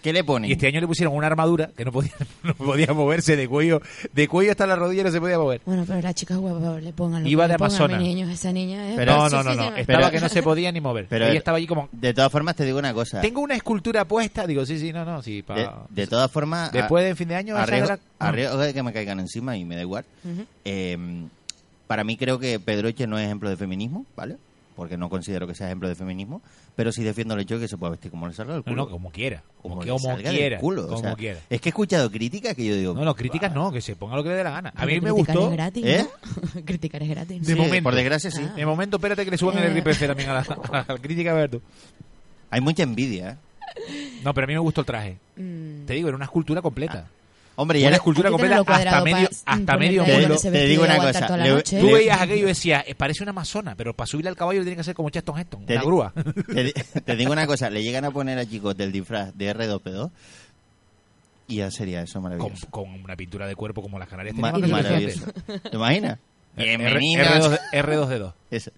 ¿Qué le ponen?
Y este año le pusieron una armadura que no podía, [LAUGHS] no podía moverse de cuello, de cuello hasta la rodilla no se podía mover.
Bueno, pero la chica es guapa, Pablo, le pongan.
Iba de
Amazonas.
Amazona.
niños, esa niña es- [LAUGHS]
Pero-
no,
sí,
no,
sí,
no,
sí,
no,
no.
Estaba
Pero-
que no se podía ni mover.
Pero-
Ella estaba allí como,
De todas formas, te digo una cosa.
tengo una escultura puesta. Digo, sí, sí, no, no, sí. pa-
De, de todas formas... a-
Después de fin de año, esa
arriesgo,
era-
arriesgo de que me caigan encima y me da igual. Eh, para mí creo que Pedroche no es ejemplo de feminismo, ¿vale? Porque no considero que sea ejemplo de feminismo, pero sí defiendo el hecho de que se pueda vestir como le salga del
no,
culo.
no, como quiera. Como,
Como
que-
le
como
salga del
quiera.
culo, o
como
sea,
quiera.
Es que he escuchado críticas que yo digo...
No, no, críticas no, que se ponga lo que le dé la gana. A
Pero
mí me
criticar
gustó.
Es gratis,
¿Eh?
¿no? [LAUGHS] criticar es gratis. ¿no?
De
Sí,
momento. Ah.
Por desgracia, sí.
De momento, espérate que le suban el RPF también a la, a la crítica, a ver tú.
Hay mucha envidia, ¿eh?
No, pero a mí me gustó el traje.
Mm.
Te digo, era una escultura completa.
Hombre,
Y
ya
era
le-
escultura
Hay que
completa hasta
tenerlo cuadrado
medio,
para
hasta
ponerle
medio
ahí
Te-
donde
muslo.
se
te
vestía
digo
y
una
aguantar
cosa,
toda la
le-
noche.
Tú
Le-
veías aquello y decías, "Eh, parece una amazona, pero para subir al caballo tiene que ser como Chaston Heston,
Te
una
di- [LAUGHS]
grúa.
Te, di- te digo una cosa, le llegan a poner a chicos del disfraz de R2P2 y ya sería eso
con,
maravilloso.
con una pintura de cuerpo como las canarias.
Ma-
tenían, que
maravilloso. ¿Te imaginas?
R-
Bienvenidas.
R, 2 d 2
Eso.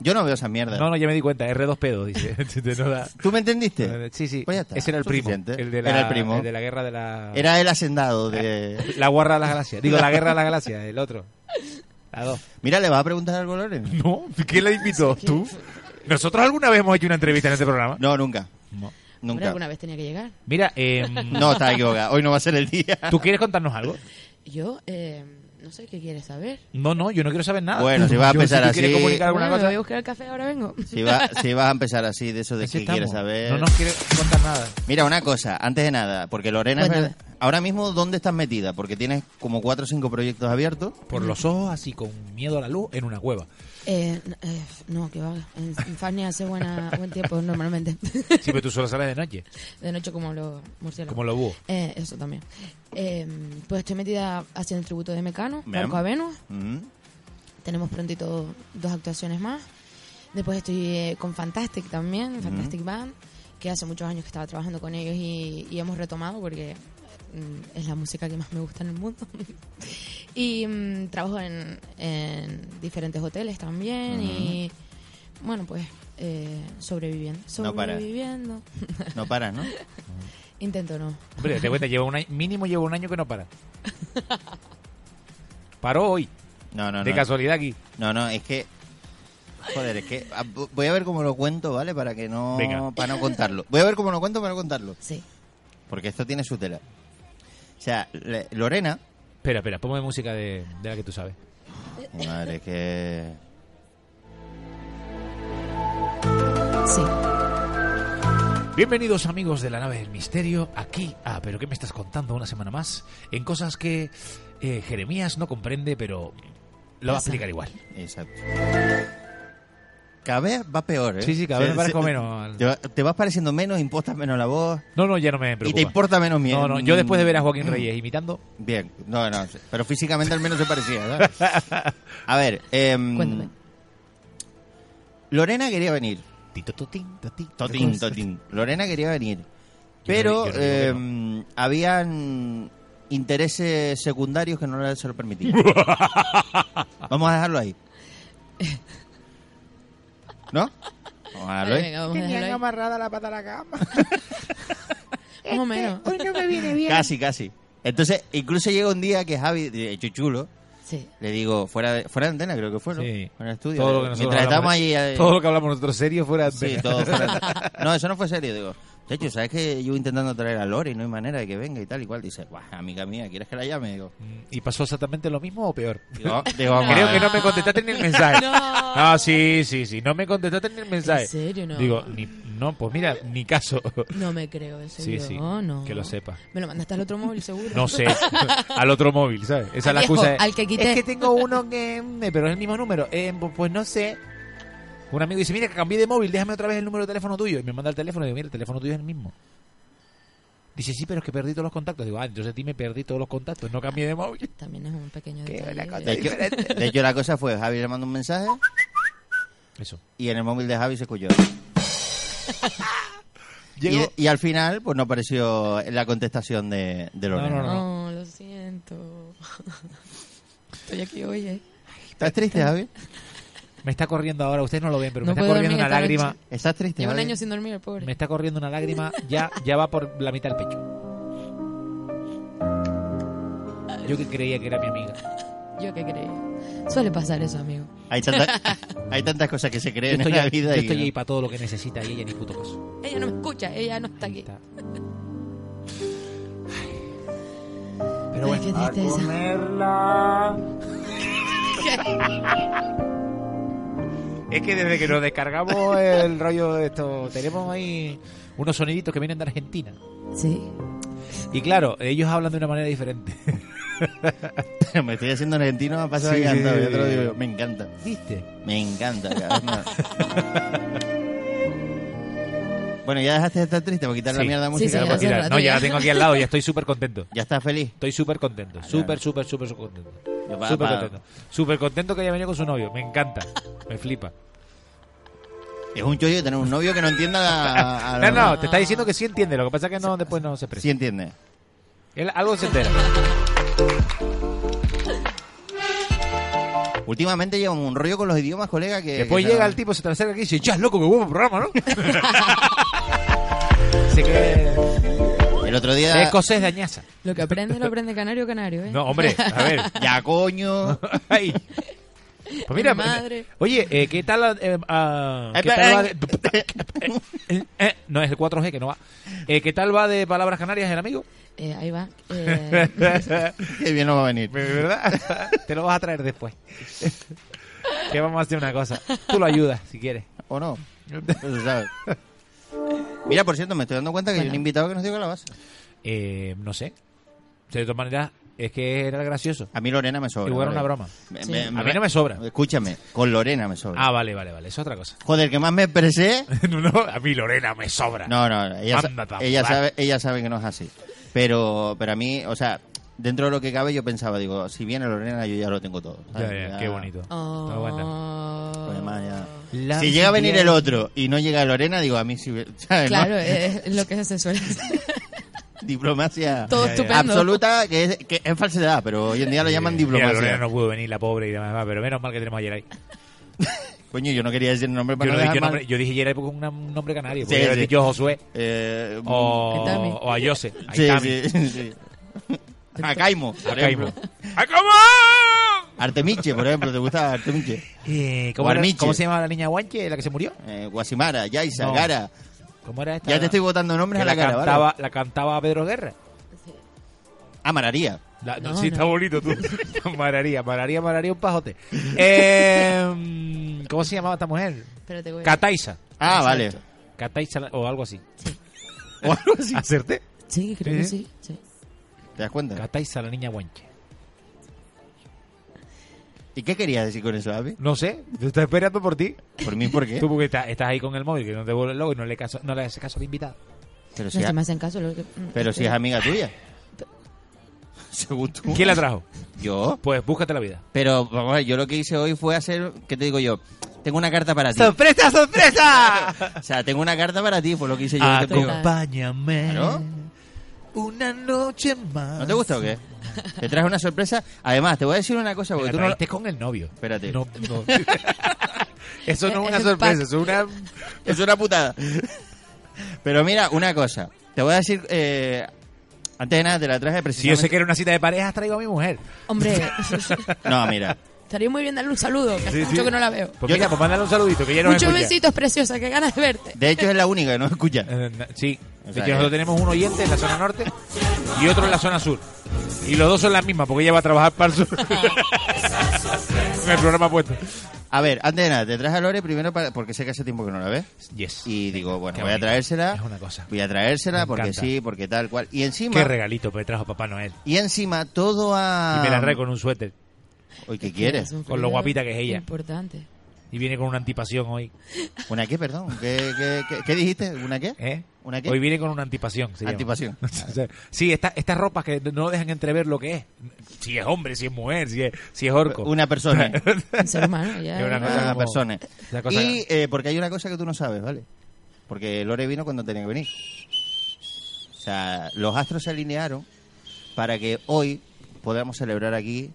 Yo no veo esa mierda.
No, no, ya me di cuenta, R2P2, dice. [LAUGHS] Si te no da-
¿Tú me entendiste?
Sí, sí.
Pues ya está,
Ese era el primo.
suficiente.
El de la,
Era el primo.
de la guerra de la.
Era el hacendado de...
La guerra de las galaxias. Digo, la guerra de las galaxias, el otro. La dos.
Mira, ¿le vas a preguntar algo, Loren?
[LAUGHS] No, ¿quién la invitó? ¿Tú? ¿Nosotros alguna vez hemos hecho una entrevista en este programa?
No, nunca.
No.
Hombre,
Nunca.
alguna vez tenía que llegar.
Mira, eh,
No, estás equivocada. Hoy no va a ser el día.
¿tú quieres contarnos algo?
Yo, eh, no sé qué quieres saber.
No, no, yo no quiero saber nada.
Bueno, si vas a
Yo,
empezar
tú
así-
quieres comunicar alguna
Bueno, me voy a
cosa,
buscar el café, ahora vengo.
Si, va- si vas a empezar así, de eso de
así
qué
estamos.
quieres saber...
No nos quieres contar nada.
Mira, una cosa, antes de nada, porque Lorena, es
Cuéntame.
verdad- ahora mismo, ¿dónde estás metida? Porque tienes como cuatro o cinco proyectos abiertos.
Por los ojos, así con miedo a la luz, en una cueva.
Eh, n- eh, no, que va. En, en Fania hace buena, buen tiempo normalmente. [LAUGHS]
Sí, pero tú solo sales de noche,
De noche como los murciélagos.
como los búhos.
Eh, eso también. Eh, pues estoy metida haciendo el tributo de Mecano,
Bien.
Marco a Venus.
Mm.
Tenemos prontito dos actuaciones más. Después estoy eh, con Fantastic también, Fantastic Band, que hace muchos años que estaba trabajando con ellos y, y hemos retomado porque mm, es la música que más me gusta en el mundo. [LAUGHS] y mm, trabajo en, en diferentes hoteles también y bueno, pues eh, sobreviviendo.
No para.
Sobreviviendo.
No paras, ¿no?
Intento no.
Hombre, te cuenta, lleva un año, mínimo lleva un año que no para. Paró hoy,
No, Ah, no,
de
no.
casualidad aquí.
No, no, es que. Joder, es que. ah, vo- Voy a ver cómo lo cuento, ¿vale? Para que no.
Venga.
Para no contarlo. Voy a ver cómo lo cuento para no contarlo.
Sí.
Porque esto tiene su tela. O sea, le- Lorena.
Espera, espera, ponme música de, de la que tú sabes.
Madre, que.
Sí.
Bienvenidos amigos de la nave del misterio, aquí ah, Pero qué me estás contando una semana más en cosas que eh, Jeremías no comprende, pero lo va a explicar igual.
¿Eh? Exacto. Cada vez va peor, ¿eh?
Sí, sí, cada vez
Se-
me parezco
se-
menos al-
Te, va- te vas pareciendo menos, impostas menos la voz.
No, no, ya no me preocupa.
Y te importa menos miedo.
No, no, yo después de ver a Joaquín Reyes imitando,
Bien, no, no, pero físicamente al menos se parecía, ¿verdad?
[LAUGHS]
A ver, em,
Cuéntame.
Lorena quería venir.
Tito Totín, Totín,
Totín,
Totín.
totín. Lorena quería venir.
Yo no
Pero
di- yo no digo que
em, habían intereses secundarios que no se lo
[LAUGHS]
permitían. Vamos a dejarlo ahí. ¿No? Vamos a dejarlo
Vale,
ahí.
venga, vamos a dejarlo ahí.
amarrada la pata a la
[LAUGHS]
cama.
Más o menos.
Casi, casi. Entonces, incluso llega un día que Javi, de Chuchulo,
Sí.
le digo, fuera de, fuera de antena creo que fue, ¿no?
Sí.
Fuera de estudio. eh,
Todo lo que nosotros
Mientras estábamos
hablamos,
ahí... eh,
todo lo que hablamos nosotros serio fuera de
Sí,
antena.
todo fuera.
[LAUGHS]
No, eso no fue serio. Digo, de hecho, ¿sabes que yo intentando traer a Lori? No hay manera de que venga y tal y cual. Dice, guau, amiga mía, ¿quieres que la llame? Digo,
¿Y pasó exactamente lo mismo o peor? [LAUGHS]
digo, digo, vamos a
Creo
ver.
que no me contestaste ni el mensaje.
No.
Ah, sí, sí, sí. No me contestaste ni el mensaje.
¿En serio? No.
Digo, ni, no, pues mira, ni caso. [LAUGHS]
No me creo eso.
Sí,
yo.
sí,
No.
que lo sepa.
Me lo mandaste al otro móvil, seguro.
No sé. [LAUGHS] Al otro móvil, ¿sabes? Esa es la
Viejo,
excusa.
al que quité.
Es que tengo uno que. Pero es el mismo número. Eh, pues- pues no sé. Un amigo dice, mira, que cambié de móvil, déjame otra vez el número de teléfono tuyo. Y me manda el teléfono y digo, mira, el teléfono tuyo es el mismo. Dice, sí, pero es que perdí todos los contactos. Digo, ah, entonces a ti me perdí todos los contactos, no cambié de móvil.
[LAUGHS] También es un pequeño
Qué
detalle.
buena cosa.
De hecho, de hecho, la cosa fue, Javi le mandó un mensaje
Eso.
y en el móvil de Javi se
[LAUGHS]
escuchó. Y,
Llegó.
y al final, pues no apareció la contestación de, de Lorena.
No, no, no.
No, lo siento. [LAUGHS] Estoy aquí, eh. oye.
¿Estás triste, Javi?
Me está corriendo ahora, ustedes no lo ven, pero
No
me está
puedo
corriendo
dormir
una
esta noche.
lágrima.
Estás triste,
Llevo un
¿vale?
año sin dormir, el pobre.
Me está corriendo una lágrima, ya, ya va por la mitad del pecho. Yo que creía que era mi amiga.
Yo qué creí. Suele pasar eso, amigo.
Hay, tanta-
[LAUGHS]
hay tantas cosas que se
Yo
creen
estoy,
en la
ahí-
vida.
yo
y-
estoy ahí para todo lo que necesita y ella ni puto caso.
Ella no me escucha, ella no está
Ahí
aquí.
está. Pero
Ay,
bueno,
qué tristeza.
es que desde que nos descargamos el rollo de esto, tenemos ahí unos soniditos que vienen de Argentina.
Sí.
Y claro, ellos hablan de una manera diferente.
[LAUGHS] me estoy haciendo argentino, me ha pasado
Sí,
ahí andado,
sí,
yo te lo
sí.
digo, Me encanta.
[LAUGHS] ¿Viste?
Me encanta, cabrón. bueno, ya dejaste de estar triste para quitar la
Sí.
mierda
Sí,
musical.
sí,
Claro,
ya
pues,
hace
mira,
rato
no, ya
ya.
la tengo aquí al lado, ya estoy súper contento.
ya estás feliz.
Estoy súper contento. Súper, súper, súper, súper contento.
Ah, Yo pa-
Súper
pa-
contento. Súper contento que haya venido con su novio. Me encanta. Me flipa.
Es un chollo tener un novio que no entienda
[LAUGHS]
la- a-
No, no, te está diciendo que sí entiende. Lo que pasa es que no, después no se expresa.
Ah, Sí entiende.
Él algo se entera.
Últimamente llevamos un rollo con los idiomas, colega, que...
Después
que no-
llega el tipo, se te acerca aquí y dice, ya es loco, que huevo
[LAUGHS]
programa, ¿no? Así que...
El otro día...
Es escocés de Añaza.
Lo que aprende, lo aprende canario, canario, ¿eh?
No, hombre, a ver.
Ya, coño.
[LAUGHS]
Eh,
Ay. Pues mira,
madre.
oye, eh, ¿qué tal? eh, ah, ¿qué
Eh,
tal va
eh,
de- [LAUGHS] Eh, no, es el 4G que no va. Eh, ¿Qué tal va de palabras canarias el amigo?
Eh,
[LAUGHS]
ahí va. Eh,
[LAUGHS] Qué bien nos va a venir.
¿Verdad? [LAUGHS] Te lo vas a traer después. [LAUGHS] que vamos a hacer una cosa. Tú lo ayudas si quieres.
¿O no? Eso se sabe. Mira, por cierto, me estoy dando cuenta que hay un invitado que nos dio calabaza.
Eh, no sé. De todas maneras, es que era gracioso.
A mí Lorena me sobra.
Igual era una
hombre.
broma.
Me-
Sí.
me-
A
me-
mí no me sobra.
Escúchame, con Lorena me sobra.
Ah, vale, vale, vale. Es otra cosa. [LAUGHS]
Joder, que más me expresé.
no, no, a mí Lorena me sobra.
No, no, ella, sa-
Anda, pa'
ella
jugar.
sabe, ella sabe que no es así. Pero, pero a mí, o sea, dentro de lo que cabe, yo pensaba, digo, si viene Lorena, yo ya lo tengo todo.
Ya,
¿sabes?
ya,
Ya-
qué bonito.
oh.
Está buena.
lo demás ya-
La
si llega a venir el
vida.
otro y no llega Lorena, digo, a mí sí. [LAUGHS] ¿sabes, no?
Claro, eh. es lo que se suele hacer. [LAUGHS]
Diplomacia
Ya,
Todo
ya.
estupendo.
absoluta, que es, que es falsedad, pero hoy en día lo llaman
Eh, Mira, Lorena
diplomacia.
no pudo venir, la pobre y demás, pero menos mal que tenemos a Yeray.
Coño, yo no quería decir nombre
Yo,
para
no
no
dije
dejar mal.
nombre- yo dije Yeray porque es una- un nombre canario.
Sí,
porque yo
sí.
dicho Josué
Eh,
Oh, o,
Aitami.
o a Jose. a
sí,
Aitami,
sí, sí. A Caimo,
a
por
Caimo. [LAUGHS]
ejemplo.
¡A cómo!
Artemiche, por ejemplo, ¿te gustaba Artemiche?
Eh, ¿cómo, era-
Guarmiche.
cómo se llama la niña Guanche, la que se murió?
Eh, Guasimara, Yaisa,
No.
Gara.
¿Cómo era esta?
Ya te estoy botando nombres
Que
a la, cara, ¿vale?
cantaba, la cantaba Pedro Guerra.
Ah, Mararía.
La- no,
No,
sí,
no.
está bonito tú. [LAUGHS] mararía, mararía, mararía un [LAUGHS] pajote. Eh, ¿Cómo se llamaba esta mujer?
Espérate, güey.
Cataiza.
Ah,
Exacto.
vale.
Cataiza o algo así.
O algo así.
[LAUGHS] ¿Acerté?
Sí, creo que
Sí.
sí. sí.
¿Te das cuenta?
Cataiza, la niña Guanche.
¿Y qué querías decir con eso, Avi?
No sé, te estoy esperando por ti.
¿Por mí por qué?
Tú porque está- estás ahí con el móvil, que no te vuelve loco y no le, caso, no le haces caso al invitado.
Pero
No
si,
es que me
es,
hacen caso. lo que- mm, este,
pero si es amiga tuya. Según tú.
¿Quién la trajo?
Yo.
Pues búscate la vida.
Pero, vamos a ver, yo lo que hice hoy fue hacer, ¿qué te digo yo? Tengo una carta para ti.
¡Sorpresa, [LAUGHS] sorpresa!
O sea, tengo una carta para ti, por lo que hice yo.
Ah,
Te digo,
Acompáñame
Claro.
una noche más.
¿No te gusta o qué? Te traje una sorpresa. Además, te voy a decir una cosa, porque
Porque
tú no...
con el novio.
Espérate.
No, no. [LAUGHS] eso no es una
Es un
sorpresa,
pack.
eso es una...
Es una putada. Pero mira, una cosa. Te voy a decir... eh, Antes de nada, te la traje
Si yo
precisamente...
sé que era una cita de parejas, traigo a mi mujer.
Hombre,
[LAUGHS]
[LAUGHS]
No, mira.
estaría muy bien darle un saludo, que
Sí,
hace
sí.
mucho que no la veo.
Pues
Yo-
mira, pues mándale un saludito, que ya nos
Muchos
escucha.
besitos, preciosa, que ganas de verte.
De hecho, es la única que no escucha.
Eh, na- sí.
O sea
De hecho,
que-
nosotros tenemos un oyente en la zona norte y otro en la zona sur. Y los dos son las mismas, porque ella va a trabajar para el sur. en el programa puesto.
A ver, antes de nada, te traje a Lore primero para- porque sé que hace tiempo que no la ves.
Yes.
Y digo, bueno,
Qué
voy a
bonito.
traérsela.
Es una cosa.
Voy a traérsela
Me
porque
encanta.
sí, porque tal cual. Y
Qué
encima...
regalito me trajo Papá Noel.
y encima todo a...
Y me la trae con un suéter.
Uy, ¿qué quieres?
Es un
Con lo
frío
guapita que es ella.
Importante.
Y viene con una antipasión hoy.
¿Una qué, perdón? ¿Qué, qué, qué- qué dijiste? ¿Una qué?
¿Eh?
¿Una qué?
Hoy viene con una antipasión. se llama. [LAUGHS]
Antipasión.
O sea, sí, esta- estas ropas que no dejan entrever lo que es. Si es hombre, si es mujer, si es, si es orco.
Una persona.
[LAUGHS]
Un ser humano, ya.
Qué buena
ya.
cosa.
una
como-
persona.
Ah, la cosa-
Y eh, porque hay una cosa que tú no sabes, ¿vale? Porque Lore vino cuando tenía que venir. O sea, los astros se alinearon para que hoy podamos celebrar aquí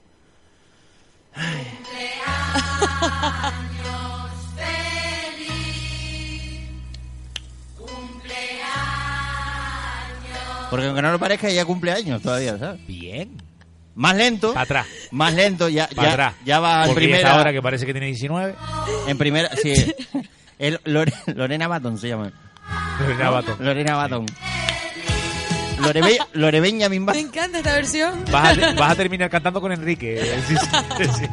Porque aunque no lo parezca, ya cumple años todavía, ¿sabes?
Bien.
Más lento.
Para atrás.
Más lento, ya,
Para
ya,
atrás.
ya va en
Porque ya
primera.
está ahora que parece que tiene 19.
En primera, sí. El- Lore- Lorena Baton se llama.
Lorena Baton.
Lorena Baton. Lorebe, Lore Benjamin
Me
Baton.
encanta esta versión.
Vas a,
[LAUGHS]
te- vas a terminar cantando con Enrique. [LAUGHS] Sí, sí, sí.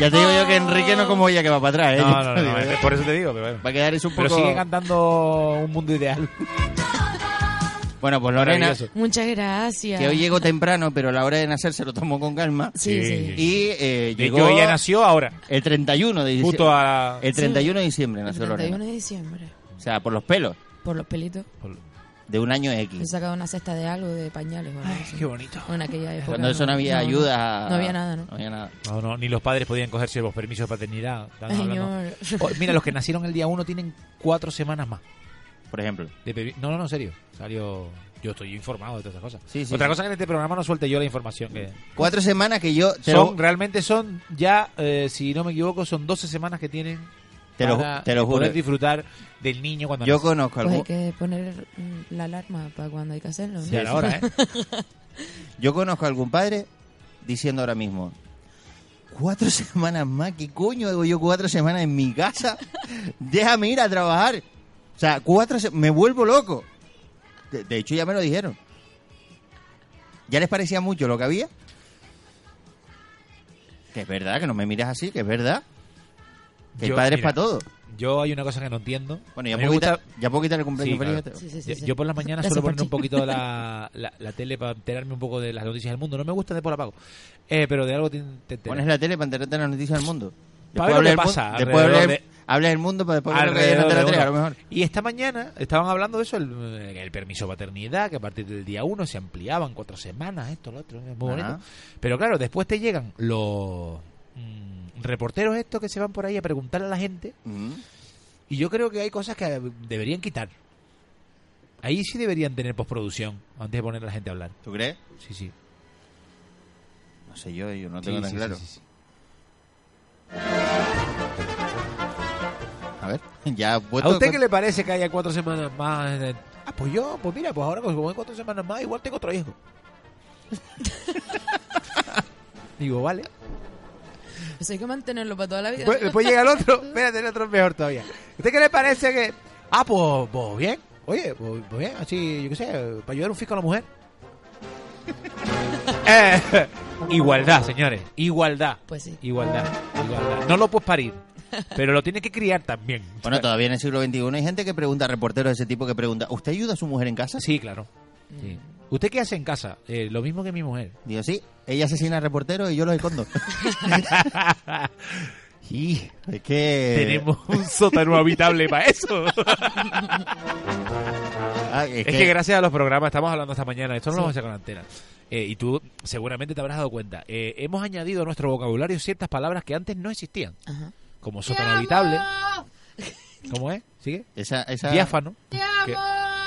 Ya te digo yo que Enrique no como ella que va para atrás, ¿eh?
No, no, no, no, Por eso te digo, pero bueno.
Va a quedar eso un
Pero
poco...
sigue cantando Un Mundo Ideal.
Bueno, pues Lorena,
Maravilloso.
Muchas gracias.
que hoy llegó temprano, pero a la hora de nacer se lo tomó con calma.
Sí,
Sí,
sí.
Y eh,
De
llegó eh,
hecho, ella nació ahora.
el 31 de diciembre.
Justo a...
El 31 de diciembre
El
nació
31
Lorena.
de diciembre.
O sea, por los pelos.
Por los pelitos.
De un año
He
X.
sacado una cesta de algo, de pañales. o algo así.
Qué bonito.
Bueno, aquella época
Cuando eso no había ayuda...
No, había nada, ¿no?
No había nada.
No, no, ni los padres podían cogerse los permisos de paternidad. Estaban hablando-
Señor.
Oh, mira, los que nacieron el día 1 tienen cuatro semanas más.
Por ejemplo.
de permi- No, no, no, en serio. Salió... Yo estoy informado de todas esas cosas.
Sí, sí,
Otra
sí.
cosa que en este programa no suelte yo la información. Que
Cuatro semanas que yo... Te
son,
lo,
realmente son ya, eh, si no me equivoco, son 12 semanas que tienen
te lo,
para
te lo juro.
poder disfrutar del niño cuando
Yo
nace.
conozco
[LAUGHS] Pues hay
algún...
que poner mm, la alarma para cuando hay que hacerlo.
Sí, a la hora, ¿eh?
[LAUGHS] Yo conozco a algún padre diciendo ahora mismo, cuatro [LAUGHS] semanas más, ¿qué coño hago yo cuatro semanas en mi casa? Déjame ir a trabajar. O sea, cuatro se- me vuelvo loco. De, de hecho, ya me lo dijeron. ¿Ya les parecía mucho lo que había? Que es verdad, que no me miras así, que es verdad. Que hay
Yo-
padres
mira,
para todo.
Yo hay una cosa que no entiendo.
Bueno,
A
ya puedo,
mí me gusta-
quitar, ya puedo quitar el cumpleaños este
Sí,
feliz.
claro.
Sí, sí, sí,
yo,
sí.
yo por las mañanas
Gracias,
suelo poner un
Pachi.
poquito
[LAUGHS]
la, la, la tele para enterarme un poco de las noticias del mundo. No me gusta, después la apago. Eh, pero de algo te, te enteras.
Pones la tele para enterarte de las noticias del mundo.
Para ver lo
hablas
que
del
pasa
mundo- después hablas
alrededor
hablas del mundo para después ver lo que hay
Alrededor
delante de la
de
tele, a lo
uno.
mejor.
Y esta mañana estaban hablando de eso, el, el permiso paternidad, que a partir del día 1 se ampliaban cuatro semanas, esto, lo otro, es muy
Ajá.
bonito. Pero claro, después te llegan los mm, reporteros estos que se van por ahí a preguntar a la gente Y yo creo que hay cosas que deberían quitar. Ahí sí deberían tener postproducción antes de poner a la gente a hablar.
¿Tú crees?
Sí, sí.
No sé yo, yo no
Sí,
tengo tan
sí,
claro.
sí, sí, sí.
A ver, [LAUGHS] ya
¿A
puesto.
usted qué le parece que haya cuatro semanas más? de- Ah, pues yo, pues mira, pues ahora como hay cuatro semanas más, igual tengo otro hijo. [LAUGHS] Digo, vale. Pues,
Eso Pues hay que mantenerlo para toda la vida.
Después, después llega el otro, espérate, el otro es mejor todavía. ¿A usted qué le parece que.? Ah, pues, pues bien. Oye, pues, pues bien, así, yo qué sé, para ayudar un fisco a la mujer. [LAUGHS] Eh, igualdad, señores, igualdad.
Pues sí.
Igualdad, igualdad. No lo puedes parir, pero lo tienes que criar también.
Bueno, todavía en el siglo XXI hay gente que pregunta, reporteros de ese tipo que pregunta, ¿usted ayuda a su mujer en casa?
Sí, claro.
Mm.
Sí. ¿Usted qué hace en casa? Eh, lo mismo que mi mujer.
Digo, sí, ella asesina a reporteros y yo los [LAUGHS] escondo.
Sí.
es que.
[LAUGHS] Tenemos un sótano habitable para eso.
Ah, es,
Es
que-
que gracias a los programas, estamos hablando esta mañana, esto no lo vamos a hacer con antena. Eh, y tú seguramente te habrás dado cuenta. Eh, hemos añadido a nuestro vocabulario ciertas palabras que antes no existían,
Ajá.
como sótano habitable. ¿Cómo es? ¿Sigue?
esa, esa-
Diáfano. que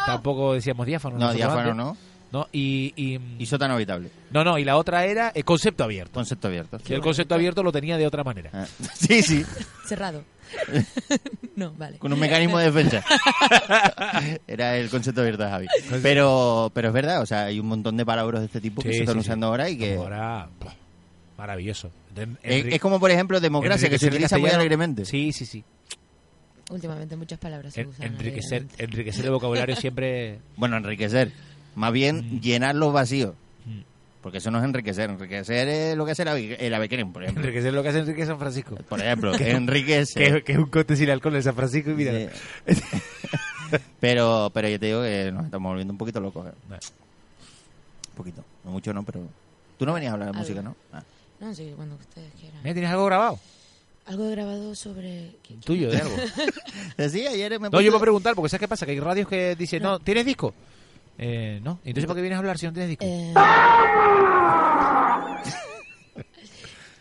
tampoco decíamos diáfano.
No,
nosotros
diáfano
antes.
no.
No, y, y-
Y sótano habitable.
no, no, y la otra era eh, concepto abierto.
Concepto abierto.
Que el concepto abierto lo tenía de otra manera.
Ah, [LAUGHS] Sí, sí,
[LAUGHS]
Cerrado. no, vale.
con un mecanismo de defensa. Era el concepto abierto de Javi.
Pues
Pero, pero es verdad, o sea, hay un montón de palabras de este tipo que
Sí,
se están
sí, sí.
usando ahora y que.
Ahora, buah, maravilloso. Enri-
Es, es como, por ejemplo, democracia, que se
enriquecer el
utiliza muy
castellano.
alegremente.
Sí, sí, sí.
Últimamente muchas palabras se
En-
usan.
enriquecer,
evidentemente.
enriquecer el
[LAUGHS]
vocabulario siempre.
Bueno, enriquecer. Más bien llenar los vacíos.
Mm.
Porque eso no es enriquecer. Enriquecer es lo que hace el, ave- el avequerén, por ejemplo.
Enriquecer lo que hace Enrique San Francisco.
Por ejemplo, enriquecer.
[LAUGHS] Que, que es un corte sin alcohol de San Francisco y mira. [LAUGHS]
Sí. pero, pero yo te digo que nos estamos volviendo un poquito locos. ¿eh?
No.
Un poquito. No mucho, no, pero... Tú no venías a hablar de
Algo.
música, ¿no? Ah.
No, sí, cuando ustedes quieran.
Mira, ¿Tienes algo grabado?
Algo grabado sobre...
Tuyo, ¿eh?
[LAUGHS]
de algo.
Sí, ayer me
No,
puse-
yo voy a preguntar, porque ¿sabes qué pasa? Que hay radios que dicen, no, ¿tienes disco? Eh, no. Entonces, ¿para qué vienes a hablar si no tienes disco?
Eh,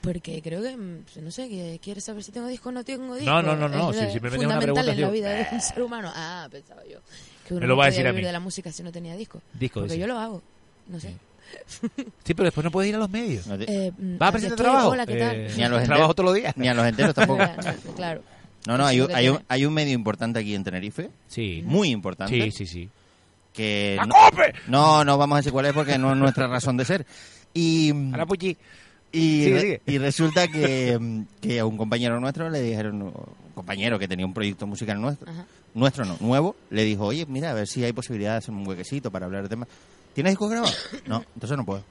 Porque creo que, mm, no sé, que quieres saber si tengo disco o no tengo disco.
no, no, no,
Es
sí,
la-
simplemente es una
fundamental
pregunta,
en la
tío.
vida de un ser humano. Ah, pensaba yo. Que uno
Me lo
no
va a
podía
decir a
vivir
mí.
de la música si no tenía disco.
Disco,
Porque
sí.
yo lo hago. No sé.
Sí, pero después no puedes ir a los medios.
No te-
Eh, mm,
¿Vas a
aquí
presentar
estoy,
trabajo?
Hola, ¿qué
Eh,
tal?
Ni a los
trabajo
enteros.
todos los días.
[LAUGHS] Ni a los enteros [LAUGHS] tampoco.
No, claro.
No, no, hay,
Eso
un-
es lo que
hay, un,
tiene.
hay un medio importante aquí en Tenerife.
Sí.
Muy importante.
Sí, sí, sí.
que
¡A
no,
cope!
no, no vamos a decir cuál es porque no es nuestra razón de ser. Y,
A la puchi.
y,
Sigue,
re-
sigue.
y resulta que, mm, que a un compañero nuestro le dijeron, un compañero que tenía un proyecto musical nuestro,
Ajá.
nuestro no, nuevo, le dijo, oye, mira, a ver si hay posibilidad de hacer un huequecito para hablar de temas. ¿Tienes discos grabados? No, entonces no puedo.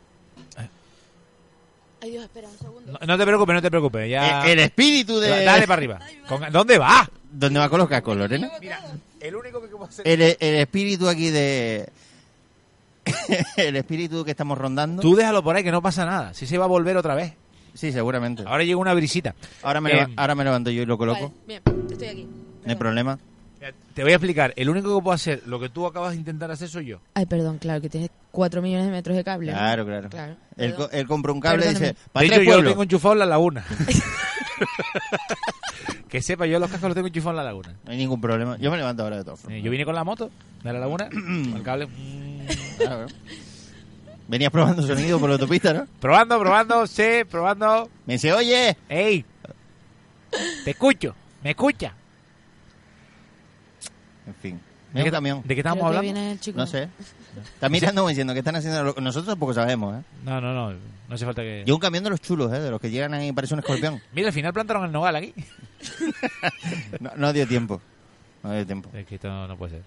Ay, Dios, espera un segundo.
No, no te preocupes, no te preocupes. Ya...
Eh, El espíritu de...
Dale para arriba. Con- ¿Dónde va?
¿Dónde va a colocar con Lorena?
El único que puedo hacer.
El, el espíritu aquí de... [LAUGHS] el espíritu que estamos rondando.
Tú déjalo por ahí, que no pasa nada. Si se va a volver otra vez.
Sí, seguramente.
Ahora llega una brisita.
Ahora me, ah.
Eh,
leva- ahora me levanto yo y lo coloco.
Vale, bien, estoy aquí.
No hay
Perdón.
problema.
Mira, Te voy a explicar. El único que puedo hacer lo que tú acabas de intentar hacer soy yo.
Ay, perdón, claro, que tienes 4 millones de metros de cable.
Claro, claro.
Claro.
Él, co- él compra un cable y
Perdóname.
dice,
De
para
hecho,
tres
yo lo
pueblos.
tengo enchufado en
[LAUGHS]
la laguna. que sepa, yo los cascos los tengo enchufados en la laguna.
No hay ningún problema. Yo me levanto ahora de todo.
Eh, Yo vine con la moto de
[CLEARS THROAT]
la laguna, con el cable. mm,
Venías probando sonido por la autopista, ¿no?
Probando, probando, sí, probando.
Me dice, oye,
¡Ey! Te escucho, me escucha.
En fin.
¿De
Es
qué,
un camión.
de qué
Creo
estábamos
que
hablando?
viene el chico.
No sé. Está mirando diciendo que están haciendo. lo- Nosotros tampoco sabemos, ¿eh?
No, no, no, no hace falta que...
Yo un camión de los chulos, ¿eh? De los que llegan ahí y parece un escorpión.
Mira, al final plantaron el nogal aquí.
No, no dio tiempo. No dio tiempo.
Es que esto no puede ser.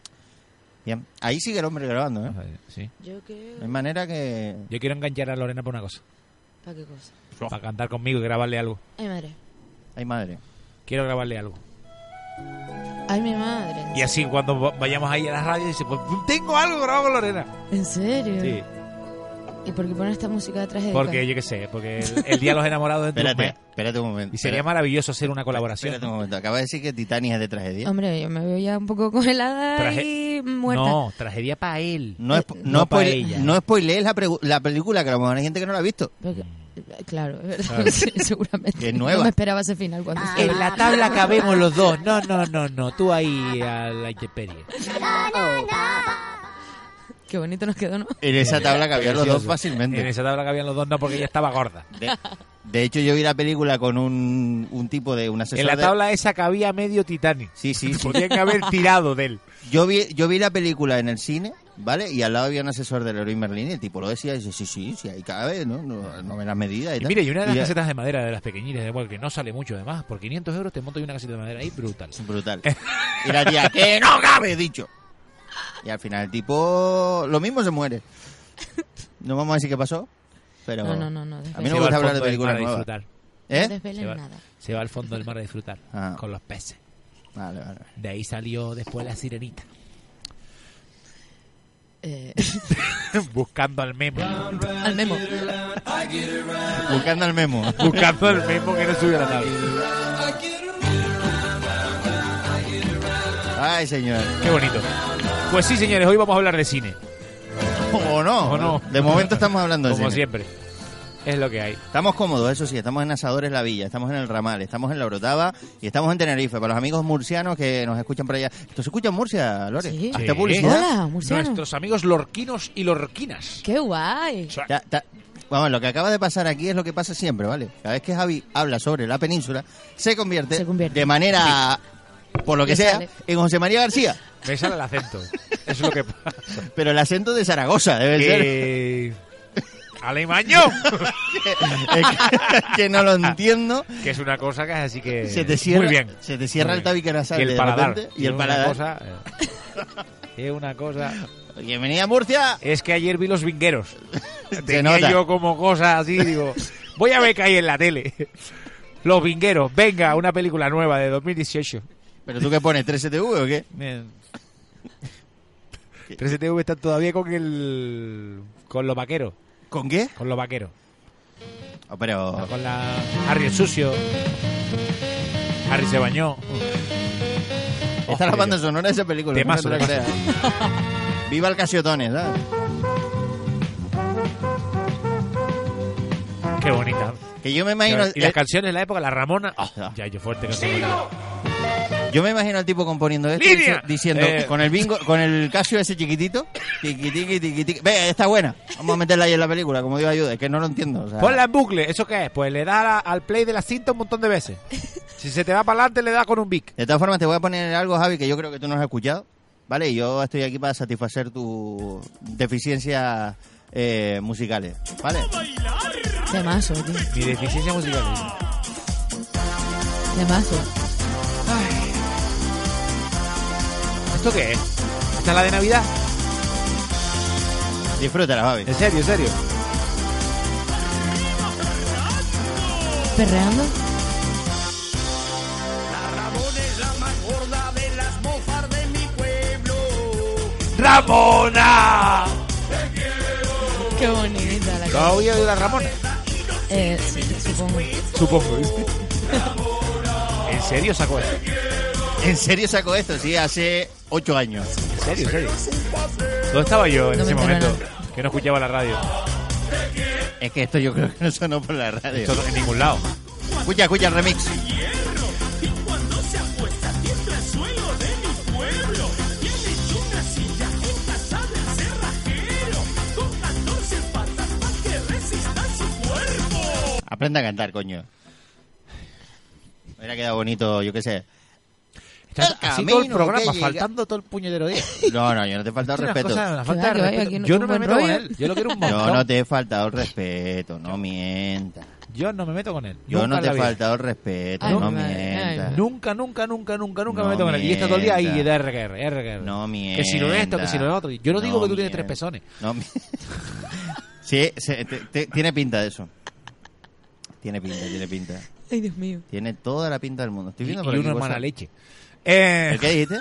Bien. Ahí sigue el hombre grabando, ¿eh?
O sea, sí.
Yo creo.
No hay manera que.
Yo quiero enganchar a Lorena por una cosa.
¿Para qué cosa?
Para cantar conmigo y grabarle algo.
Ay, madre.
Ay, madre.
Quiero grabarle algo.
Ay, mi madre.
Y así cuando va- vayamos ahí a la radio dice, pues tengo algo grabado con Lorena.
¿En serio?
Sí.
¿Y por qué pones esta música detrás de
Porque yo qué sé, porque el, el día de los enamorados dentro de un
Espérate,
mes.
espérate un momento.
pues. Y sería maravilloso hacer una colaboración.
Espérate un momento. Acabas de decir que Titanic es de tragedia.
Hombre, yo me veo ya un poco congelada
Traje-
y muerta.
No, tragedia para él.
No, es,
eh, no
no,
pa'
spoile-
ella.
no spoilees la, pregu- la película, que a lo mejor hay gente que no la ha visto.
Pero que- claro, es verdad.
Claro.
[LAUGHS] sí, seguramente.
Que es nueva.
No me esperaba ese final cuando se-
En la tabla cabemos los dos. No, no, no, no. Tú ahí a la intemperie.
Qué bonito nos quedó, ¿no?
En esa tabla cabían los dos
Precioso.
fácilmente.
En esa tabla cabían los dos, no, porque ella estaba gorda.
De, de hecho, yo vi la película con un, un tipo de un asesor.
En la
de-
tabla esa cabía medio Titanic.
Sí, sí,
[LAUGHS]
sí.
Podían haber tirado de él.
Yo vi, yo vi la película en el cine, ¿vale? Y al lado había un asesor del Leroy Merlin y el tipo lo decía y dice, sí, sí, sí, ahí cabe, ¿no? No, no me las medidas y
Y
tal.
mira, y una de las
ya-
casetas de madera de las pequeñitas, de igual que no sale mucho además, por 500 euros te monto ahí una caseta de madera ahí brutal.
Es brutal. Y la tía, que no cabe, he dicho. Y al final el tipo, lo mismo se muere. No vamos a decir qué pasó, pero...
No, no, no, no,
A mí no me
Se
desvelen.
va al
gusta hablar de
fondo del mar
películas
a
nuevas.
disfrutar.
No
¿Eh?
desvelen
Se va,
nada.
se va al fondo del mar a [LAUGHS] disfrutar
Ah.
con los peces.
Vale, vale. vale.
De ahí salió después la sirenita.
Eh,
[LAUGHS]
[LAUGHS]
Buscando al [LAUGHS] memo.
al memo.
Buscando el memo.
Buscando al memo que no subió a la tabla.
Ay, señor.
Qué bonito. Pues sí, señores, hoy vamos a hablar de cine.
¿O no?
¿O no?
De momento estamos hablando de
Como
cine.
siempre. Es lo que hay.
Estamos cómodos, eso sí, estamos en Asadores La Villa, estamos en el Ramal, estamos en La Orotava y estamos en Tenerife. Para los amigos murcianos que nos escuchan por allá. ¿Esto se escucha en Murcia, Lore?
Sí.
¿Hazte
Sí.
publicidad?
Hola, murciano.
Nuestros amigos lorquinos y lorquinas.
Qué guay.
Ya, ta- Vamos, lo que acaba de pasar aquí es lo que pasa siempre, ¿vale? Cada vez que Javi habla sobre la península, se convierte,
Se convierte.
de manera, por lo que
Le
sea,
sale.
en José María García.
Me sale el acento. Es lo que [LAUGHS] pasa.
Pero el acento de Zaragoza debe ser. [LAUGHS]
Eh, Alemaño.
Es que, que no lo entiendo.
[LAUGHS] que es una cosa que es así que.
Se te cierra-
Muy bien.
se te cierra
Muy
el
bien.
tabique nasal
Y el
de
paladar.
repente, y el
Es una
paladar.
cosa, eh, es una cosa.
Bienvenida a Murcia.
Es que ayer vi los vingueros. Tenía
nota.
yo como cosas así, digo. Voy a ver qué hay en la tele. Los vingueros. Venga, una película nueva de 2018.
¿Pero tú qué pones? ¿3CTV o qué?
Bien. 3TV está todavía con el. con los vaqueros.
¿Con qué?
Con los vaqueros.
Ah, pero...
Con la. Harry el sucio. Harry se bañó.
Está la banda sonora de esa película.
Temazo,
no te la
temazo.
creas. Viva el Casiotones, ¿sabes?
Qué bonita.
Que yo me imagino,
y las canciones de la época, la Ramona. Oh, ya, yo fuerte que soy.
yo me imagino al tipo componiendo esto
Línea.
dici- diciendo
Eh.
con el bingo, con el Casio ese chiquitito, tiqui tiqui tiqui tiqui. Ve, está buena. Vamos a meterla ahí en la película, como digo ayuda, es que no lo entiendo, o sea.
Ponla en bucle, ¿eso qué es? Pues le da la- al play de la cinta un montón de
[LAUGHS]
veces. Si se te va para adelante, le da con un bic.
De todas formas te voy a poner algo Javi que yo creo que tú no has escuchado, ¿Vale? Yo estoy aquí para satisfacer tus deficiencias eh, musicales. ¿Vale?
Temazo, tío.
Mi deficiencia musical.
Temazo.
¿Esto qué es? ¿Esta es la de Navidad?
Disfrútala, Javi.
En serio, en serio.
Perreando.
¡Ramona!
Qué bonita la
¿Lo oído de la Ramona?
Eh, sí, supongo.
Supongo,
[LAUGHS]
¿viste? ¿En serio sacó eso?
¿En serio sacó esto? Sí, hace ocho años.
¿En serio, en serio? ¿Dónde estaba yo en
No me
ese
entero
momento? Que no escuchaba la radio.
Es que esto yo creo que no sonó por la radio.
Eso no- en ningún lado.
Escucha, escucha el remix. Aprenda a cantar, coño. Me Hubiera quedado bonito, yo qué sé.
Está
El
así todo el
camino
programa,
que llega-
faltando todo el puñetero día.
No, no, yo no te he faltado
Una
respeto.
cosa, una
Que
falta
va,
de
que va,
respeto.
aquí no
Yo no me
tengo
meto
buen
con
rollo.
él. Yo lo quiero un
[LAUGHS]
montón.
No, no te he faltado el respeto, no mientas.
Yo no me meto con él.
Yo
Nunca
no
en
te
la
he
vida.
faltado el respeto,
Ay,
no
madre,
mientas.
ay.
Nunca, nunca, nunca, nunca, nunca
No
me meto con él. Y está todo el día ahí
mientas.
de RGR, RGR.
No mientas.
Que si no esto, que si no otro. Yo no digo que tú tienes tres pezones.
No mi- [LAUGHS] Sí, se- te- te- tiene pinta de eso. Tiene pinta, tiene pinta.
Ay, Dios mío.
Tiene toda la pinta del mundo. Estoy
Y,
viendo
y
por aquí
uno es
cosas.
mala leche. Eh,
¿El
[LAUGHS]
qué dijiste?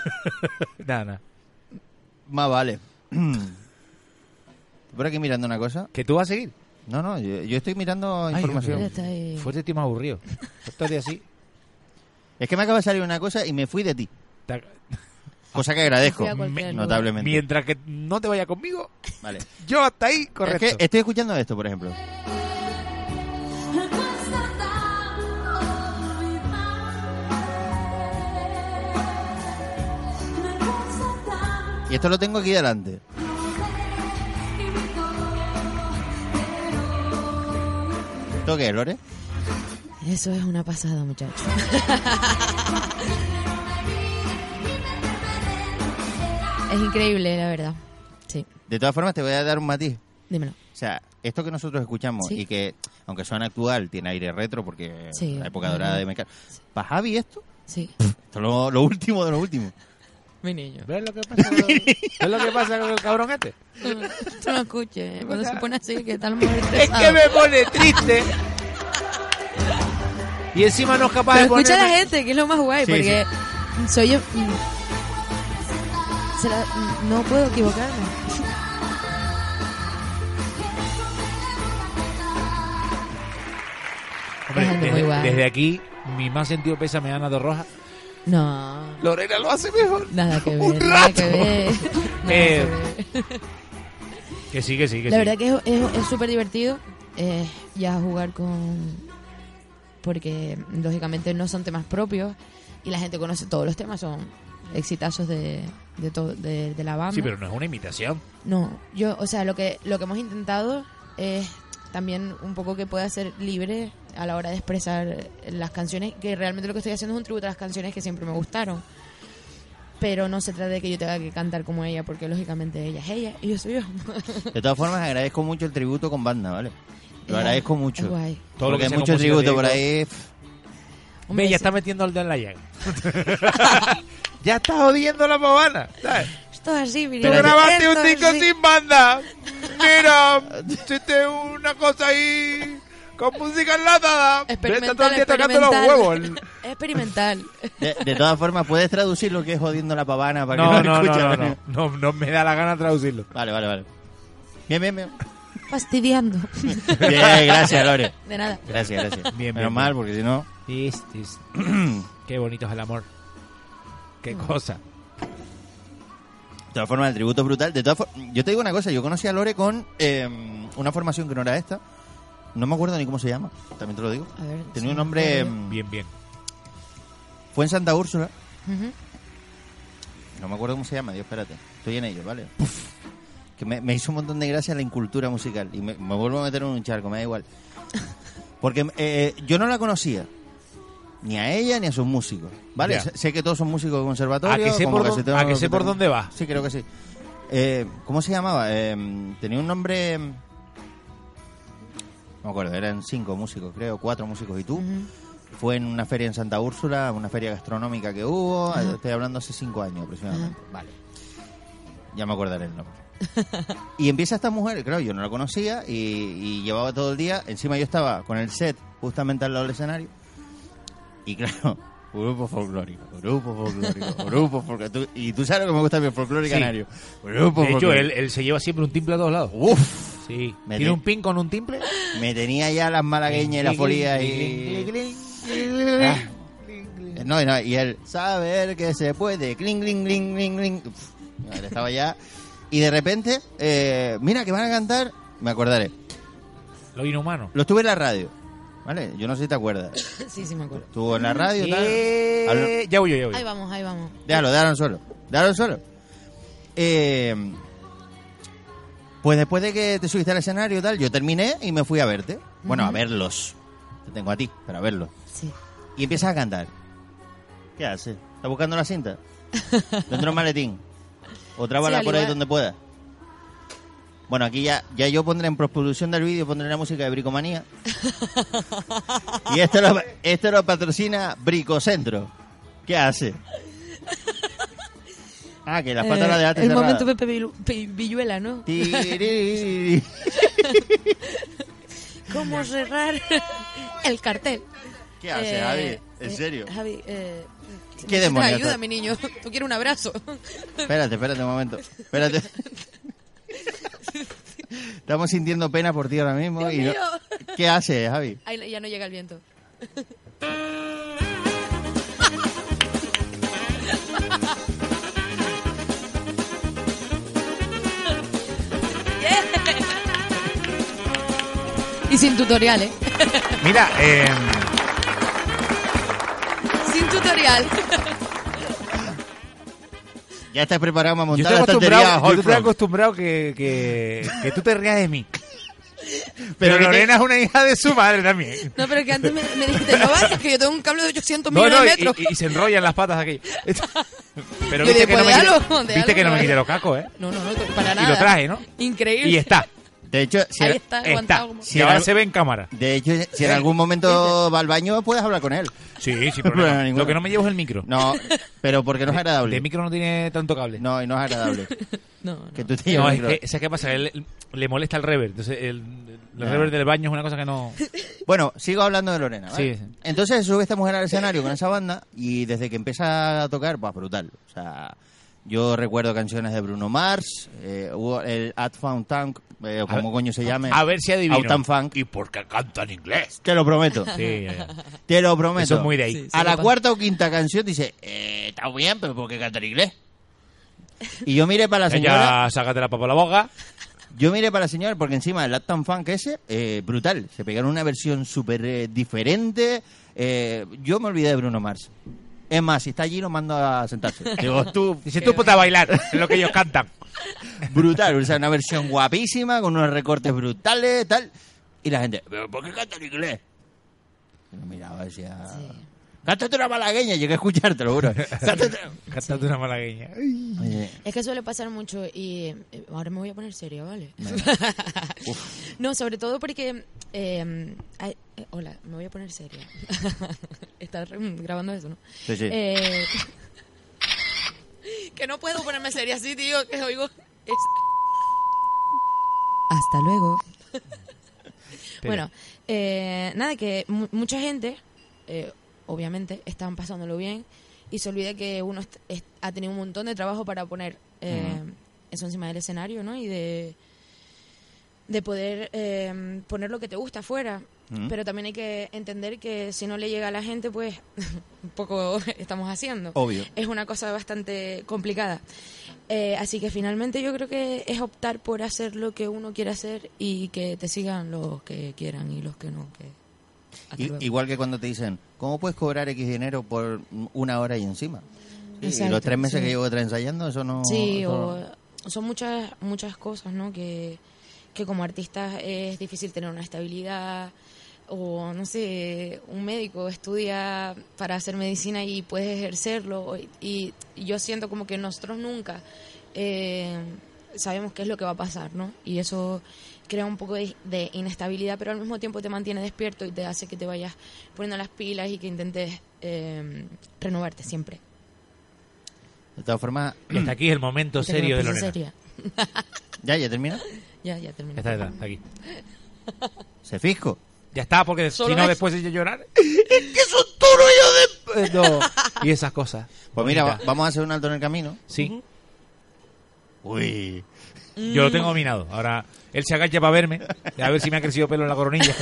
nada, nada.
Más vale. [CLEARS THROAT] Por aquí mirando una cosa.
¿Que tú vas a seguir?
No, no, yo, yo estoy mirando
Ay,
información.
Mira, está eh, ahí.
Fuerte estoy más aburrido. Estás de así.
es que me acaba de salir una cosa y me fui de ti.
Ta-
Cosa que agradezco.
Fui a cualquier lugar.
Notablemente.
Mientras que no te vaya conmigo,
Vale.
yo hasta ahí, correcto. [LAUGHS]
Es que estoy escuchando esto, por ejemplo. Y esto lo tengo aquí delante. ¿Esto qué es, Lore?
Eso es una pasada, muchachos. [LAUGHS] es increíble, la verdad. Sí,
De todas formas, te voy a dar un matiz.
dímelo.
O sea, esto que nosotros escuchamos
Sí.
y que, aunque suena actual, tiene aire retro porque
Sí.
la época dorada de Mecano. ¿Para Javi esto?
Sí.
Esto es lo, lo último de lo último.
Mi niño.
¿Ves lo que pasa? ¿Ves lo que pasa con el cabrón este?
Mm, Tú no escuches. ¿eh? Cuando se pone así, que tal
Es que me pone triste. Y encima no es capaz de
Pero
poner.
escucha a la gente, que es lo más guay,
Sí,
porque soy yo. mm, Se la- mm, no puedo equivocarme.
Hombre,
La gente muy
desde,
guay.
desde aquí, mi más sentido pésame a Ana de Roja.
No,
Lorena lo hace mejor.
nada que ver.
Un
nada
rato.
que ver. Nada que
[LAUGHS] Eh,
ver.
Que sí, que sí, que
La
sí.
verdad que es- es es súper divertido eh, ya jugar con... Porque lógicamente no son temas propios y la gente conoce todos los temas, son exitazos de, de, to- de, de la banda.
Sí, pero no es una imitación.
No, yo, o sea, lo que, lo que hemos intentado es también un poco que pueda ser libre a la hora de expresar las canciones, que realmente lo que estoy haciendo es un tributo a las canciones que siempre me gustaron. Pero no se trata de que yo tenga que cantar como ella, porque lógicamente ella es ella y
[LAUGHS]
yo soy yo.
De todas formas, agradezco mucho el tributo con banda, ¿vale? Lo
Eh,
agradezco mucho.
es guay.
Todo lo
porque
que sea
hay mucho
con música
tributo por
directa.
ahí. pff,
Hombre,
Ve, ya
sí.
está metiendo el dedo en la llaga.
[LAUGHS]
[LAUGHS] ya está jodiendo la pavana. ¿sabes?
Esto es así,
Tú
mira.
grabaste
Esto
un
es
disco
así.
sin banda. Mira, hiciste una cosa ahí con música enlatada. Está todo el
Experimental,
día tocando los
experimental.
huevos.
[LAUGHS] experimental.
De, de todas formas, puedes traducir lo que es jodiendo la pavana [LAUGHS] para
No,
que lo
no,
escuchen.
no, no, no, no, no me da la gana traducirlo.
Vale, vale, vale. Bien, bien, bien.
Fastidiando. [LAUGHS]
Bien, gracias, Lore.
De nada.
Gracias, gracias.
Bien, bien,
Menos
bien.
mal, porque si no.
[CLEARS THROAT]
[CLEARS THROAT]
Qué bonito es el amor. Qué cosa.
De todas formas, el tributo es brutal. De todas for- yo te digo una cosa, yo conocí a Lore con eh, una formación que no era esta. No me acuerdo ni cómo se llama, también te lo digo.
A ver,
Tenía
sí,
un nombre...
me acuerdo.
em,
Bien, bien.
Fue en Santa Úrsula.
Ujú.
No me acuerdo cómo se llama, Dios, espérate. Estoy en ello, ¿vale? Que me, me hizo un montón de gracia la incultura musical. Y me, me vuelvo a meter en un charco, me da igual. Porque eh, yo no la conocía. ni a ella ni a sus músicos. ¿Vale?
Ya.
Sé- Sé que todos son músicos de conservatorio.
A que sé
como
por
casi
dónde-
todos
a que sé
los
por
tenemos.
dónde va.
Sí, creo que sí. Eh, ¿Cómo se llamaba? Eh, tenía un nombre. mm, No me acuerdo, eran cinco músicos, creo, cuatro músicos y tú.
mm,
Fue en una feria en Santa Úrsula, una feria gastronómica que hubo.
Ajá.
Estoy hablando hace cinco años aproximadamente. Vale. Ya me acordaré el nombre. Y empieza esta mujer, claro, yo no la conocía y, y llevaba todo el día. Encima yo estaba con el set justamente al lado del escenario. Y claro, [LAUGHS] grupo folclórico, grupo
[LAUGHS]
folclórico, grupo folclórico. Tú- Y tú sabes lo que me gusta a mí, el folclore
Sí.
canario. Grupo
De hecho,
folclórico.
él, él se lleva siempre un timple a todos lados.
Uf,
Sí.
Me
¿Tiene
di-
un pin con un timple?
me tenía ya las malagueñas y la folía
Cling,
y...
cling, cling, cling,
Ah.
cling, cling.
No, y no, y él, saber que se puede, cling, cling, cling, cling, cling. Uf, él estaba ya. Y de repente, eh, mira que van a cantar, me acordaré.
Lo inhumano.
Lo estuve en la radio, ¿vale? Yo no sé si te acuerdas.
Sí, sí, me acuerdo.
Estuvo en la radio, tal.
Eh,
Habló-
Ya voy, yo, ya
Ahí
voy.
vamos, ahí vamos.
Déjalo, déjalo solo. Déjalo solo. Eh, pues después de que te subiste al escenario y tal, yo terminé y me fui a verte. Bueno, a verlos. Te tengo a ti, pero a verlos.
Sí.
Y empiezas a cantar. ¿Qué haces? ¿Estás buscando la
[LAUGHS]
cinta? Dentro del maletín. O trábala
Sí, al
por ahí
igual-
donde pueda. Bueno, aquí ya, ya yo pondré en postproducción del vídeo, pondré la música de
[LAUGHS]
Bricomanía. y esto lo, esto lo patrocina Bricocentro. ¿Qué
[LAUGHS]
hace? Ah, que las patas
Eh,
las dejaste
El
cerradas.
momento Pepe Vilu- Pe- Villuela, ¿no?
Tiriri.
¿Cómo cerrar el cartel?
¿Qué hace,
Eh,
Javi? ¿En
eh,
serio?
Javi, eh,
¿Qué
necesitas
demonios?
Ayuda, mi niño. Tú quieres un abrazo.
Espérate, espérate un momento. Espérate.
[LAUGHS]
Estamos sintiendo pena por ti ahora mismo.
Dios
y no-
mío.
¿Qué haces, Javi?
Ahí ya no llega el viento. [LAUGHS] Y sin tutorial, ¿eh?
Mira, eh,
Sin tutorial.
Ya estás preparado para
yo
montar
estoy
la estantería
acostumbrado, yo
Hall
estoy
Frog.
acostumbrado que, que, que tú te rías de mí.
Pero
Pero,
que te-
Lorena es una hija de su madre también.
No, pero que antes me, me dijiste, no vayas, que yo tengo un cable de 800
No,
millones
no,
de
y,
metros.
y- y se enrollan las patas
[LAUGHS]
aquí. Pero
Y
viste que no me
después
quité,
de algo, de
viste que
algo,
no me
¿no?
quité los cacos, ¿eh?
No, no, no, para
Y lo
nada.
traje, ¿no?
Increíble.
Y está,
De hecho, si,
Ahí
en-
está
está. Eh,
aguantado. como-
Sí,
Y ahora
algo-
se ve en cámara.
de hecho, si en algún momento va al baño, puedes hablar con él.
Sí,
[LAUGHS]
sí,
problema
problema.
ninguno.
Lo que no me llevo es el micro.
No, pero porque no es
El
agradable.
micro no tiene tanto cable.
No, y no es agradable.
No, no.
Que tú te
[LAUGHS] No,
lleves
es
el
que, ¿sabes qué pasa? Él- le molesta el rever. Entonces, el, el
No.
reverb del baño es una cosa que no.
micro. Bueno, sigo hablando de Lorena. ¿vale?
Sí, sí.
Entonces sube esta mujer al escenario con esa banda y desde que empieza a tocar, pues brutal. O sea, yo recuerdo canciones de Bruno Mars, eh, hubo el At Found Tank, eh, o
A
como
ver-
coño se llame.
A ver si adivino.
Autan Funk.
¿Y por qué canta en inglés?
Te lo
[LAUGHS]
prometo.
Sí, ya, ya.
Te lo prometo.
eso es muy de ahí.
Sí, sí.
A la
capaz.
cuarta o quinta canción dice, eh, está bien, pero ¿por qué cantar
[LAUGHS]
inglés? Y yo miré para la señora,
Ella, sácate la papa a la boca.
yo miré para la señora porque encima el Latin Funk ese, eh, brutal. Se pegaron una versión súper eh, diferente. Eh, yo me olvidé de Bruno Mars. Es más, si está allí lo mando a sentarse.
[LAUGHS]
Digo, tú,
[LAUGHS] Dice tú, puta, a bailar. Es lo que ellos cantan.
brutal. O sea, una versión guapísima, con unos recortes brutales, tal. Y la gente, ¿pero por qué canta en inglés? Y lo miraba, decía... Cántate una malagueña, llegué a escuchar, te lo
[LAUGHS]
juro. Cántate-
Cantando una malagueña.
Oye,
Es que suele pasar mucho y eh, ahora me voy a poner seria, ¿vale? [LAUGHS] no, sobre todo porque... eh, ay, eh, hola, me voy a poner seria. [LAUGHS] Estás mm, grabando eso, ¿no?
Sí, sí.
Eh, [LAUGHS] que no puedo ponerme seria así, tío, que oigo... es- Hasta luego. Bueno, eh, nada, que mu- mucha gente, eh, obviamente, estaban pasándolo bien y se olvida que uno est- est- ha tenido un montón de trabajo para poner eh, eso encima del escenario, ¿no? Y de, de poder eh, poner lo que te gusta afuera.
Ujú.
Pero también hay que entender que si no le llega a la gente, pues [LAUGHS] un poco [LAUGHS] estamos haciendo.
Obvio.
Es una cosa bastante complicada. Eh, así que finalmente yo creo que es optar por hacer lo que uno quiere hacer y que te sigan los que quieran y los que no. Que... Hasta
I-
luego.
igual que cuando te dicen, ¿cómo puedes cobrar X dinero por una hora y encima? Y- y
Exacto,
los tres meses
sí.
que llevo tra- ensayando, eso no...
Sí,
eso-
o son muchas muchas cosas, ¿no? Que, que como artistas es difícil tener una estabilidad, o no sé, un médico estudia para hacer medicina y puedes ejercerlo. o- Y, y yo siento como que nosotros nunca eh, sabemos qué es lo que va a pasar, ¿no? Y eso crea un poco de, de inestabilidad, pero al mismo tiempo te mantiene despierto y te hace que te vayas poniendo las pilas y que intentes eh, renovarte siempre.
De todas formas,
Y hasta aquí el momento
Hasta que
serio
me
de
puse
Lorena.
seria.
ya, ya termina.
Ya, ya terminé.
Ya está, ya está, está aquí.
Se fijo.
Ya está, porque
Solo
si no
eso.
después ella llorar. ¡Es que es un turo yo de... Eh, No. Y esas cosas.
Pues mira, va-
Bonita.
vamos a hacer un alto en el camino.
Sí,
Uy.
Mm.
yo lo tengo dominado. Ahora, él se agacha para verme, a ver si me ha crecido pelo en la coronilla.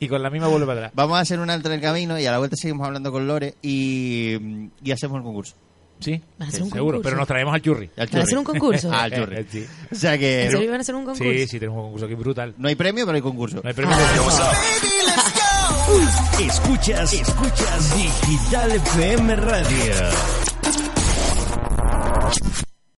Y con la misma vuelve para atrás.
Vamos a hacer un alto en el camino y a la vuelta seguimos hablando con Lore y, y hacemos el concurso.
Sí,
Van a hacer
sí,
un
seguro.
concurso.
Pero nos traemos al churri.
Al
¿Van a
churri.
hacer un
[LAUGHS]
concurso?
Al
[LAUGHS]
churri.
Sí.
O sea que
¿En serio iban a hacer un concurso?
Sí, sí, tenemos un concurso aquí brutal.
no hay premio, pero hay concurso.
No hay
Ah.
premio. pero-
Escuchas, escuchas Digital FM Radio.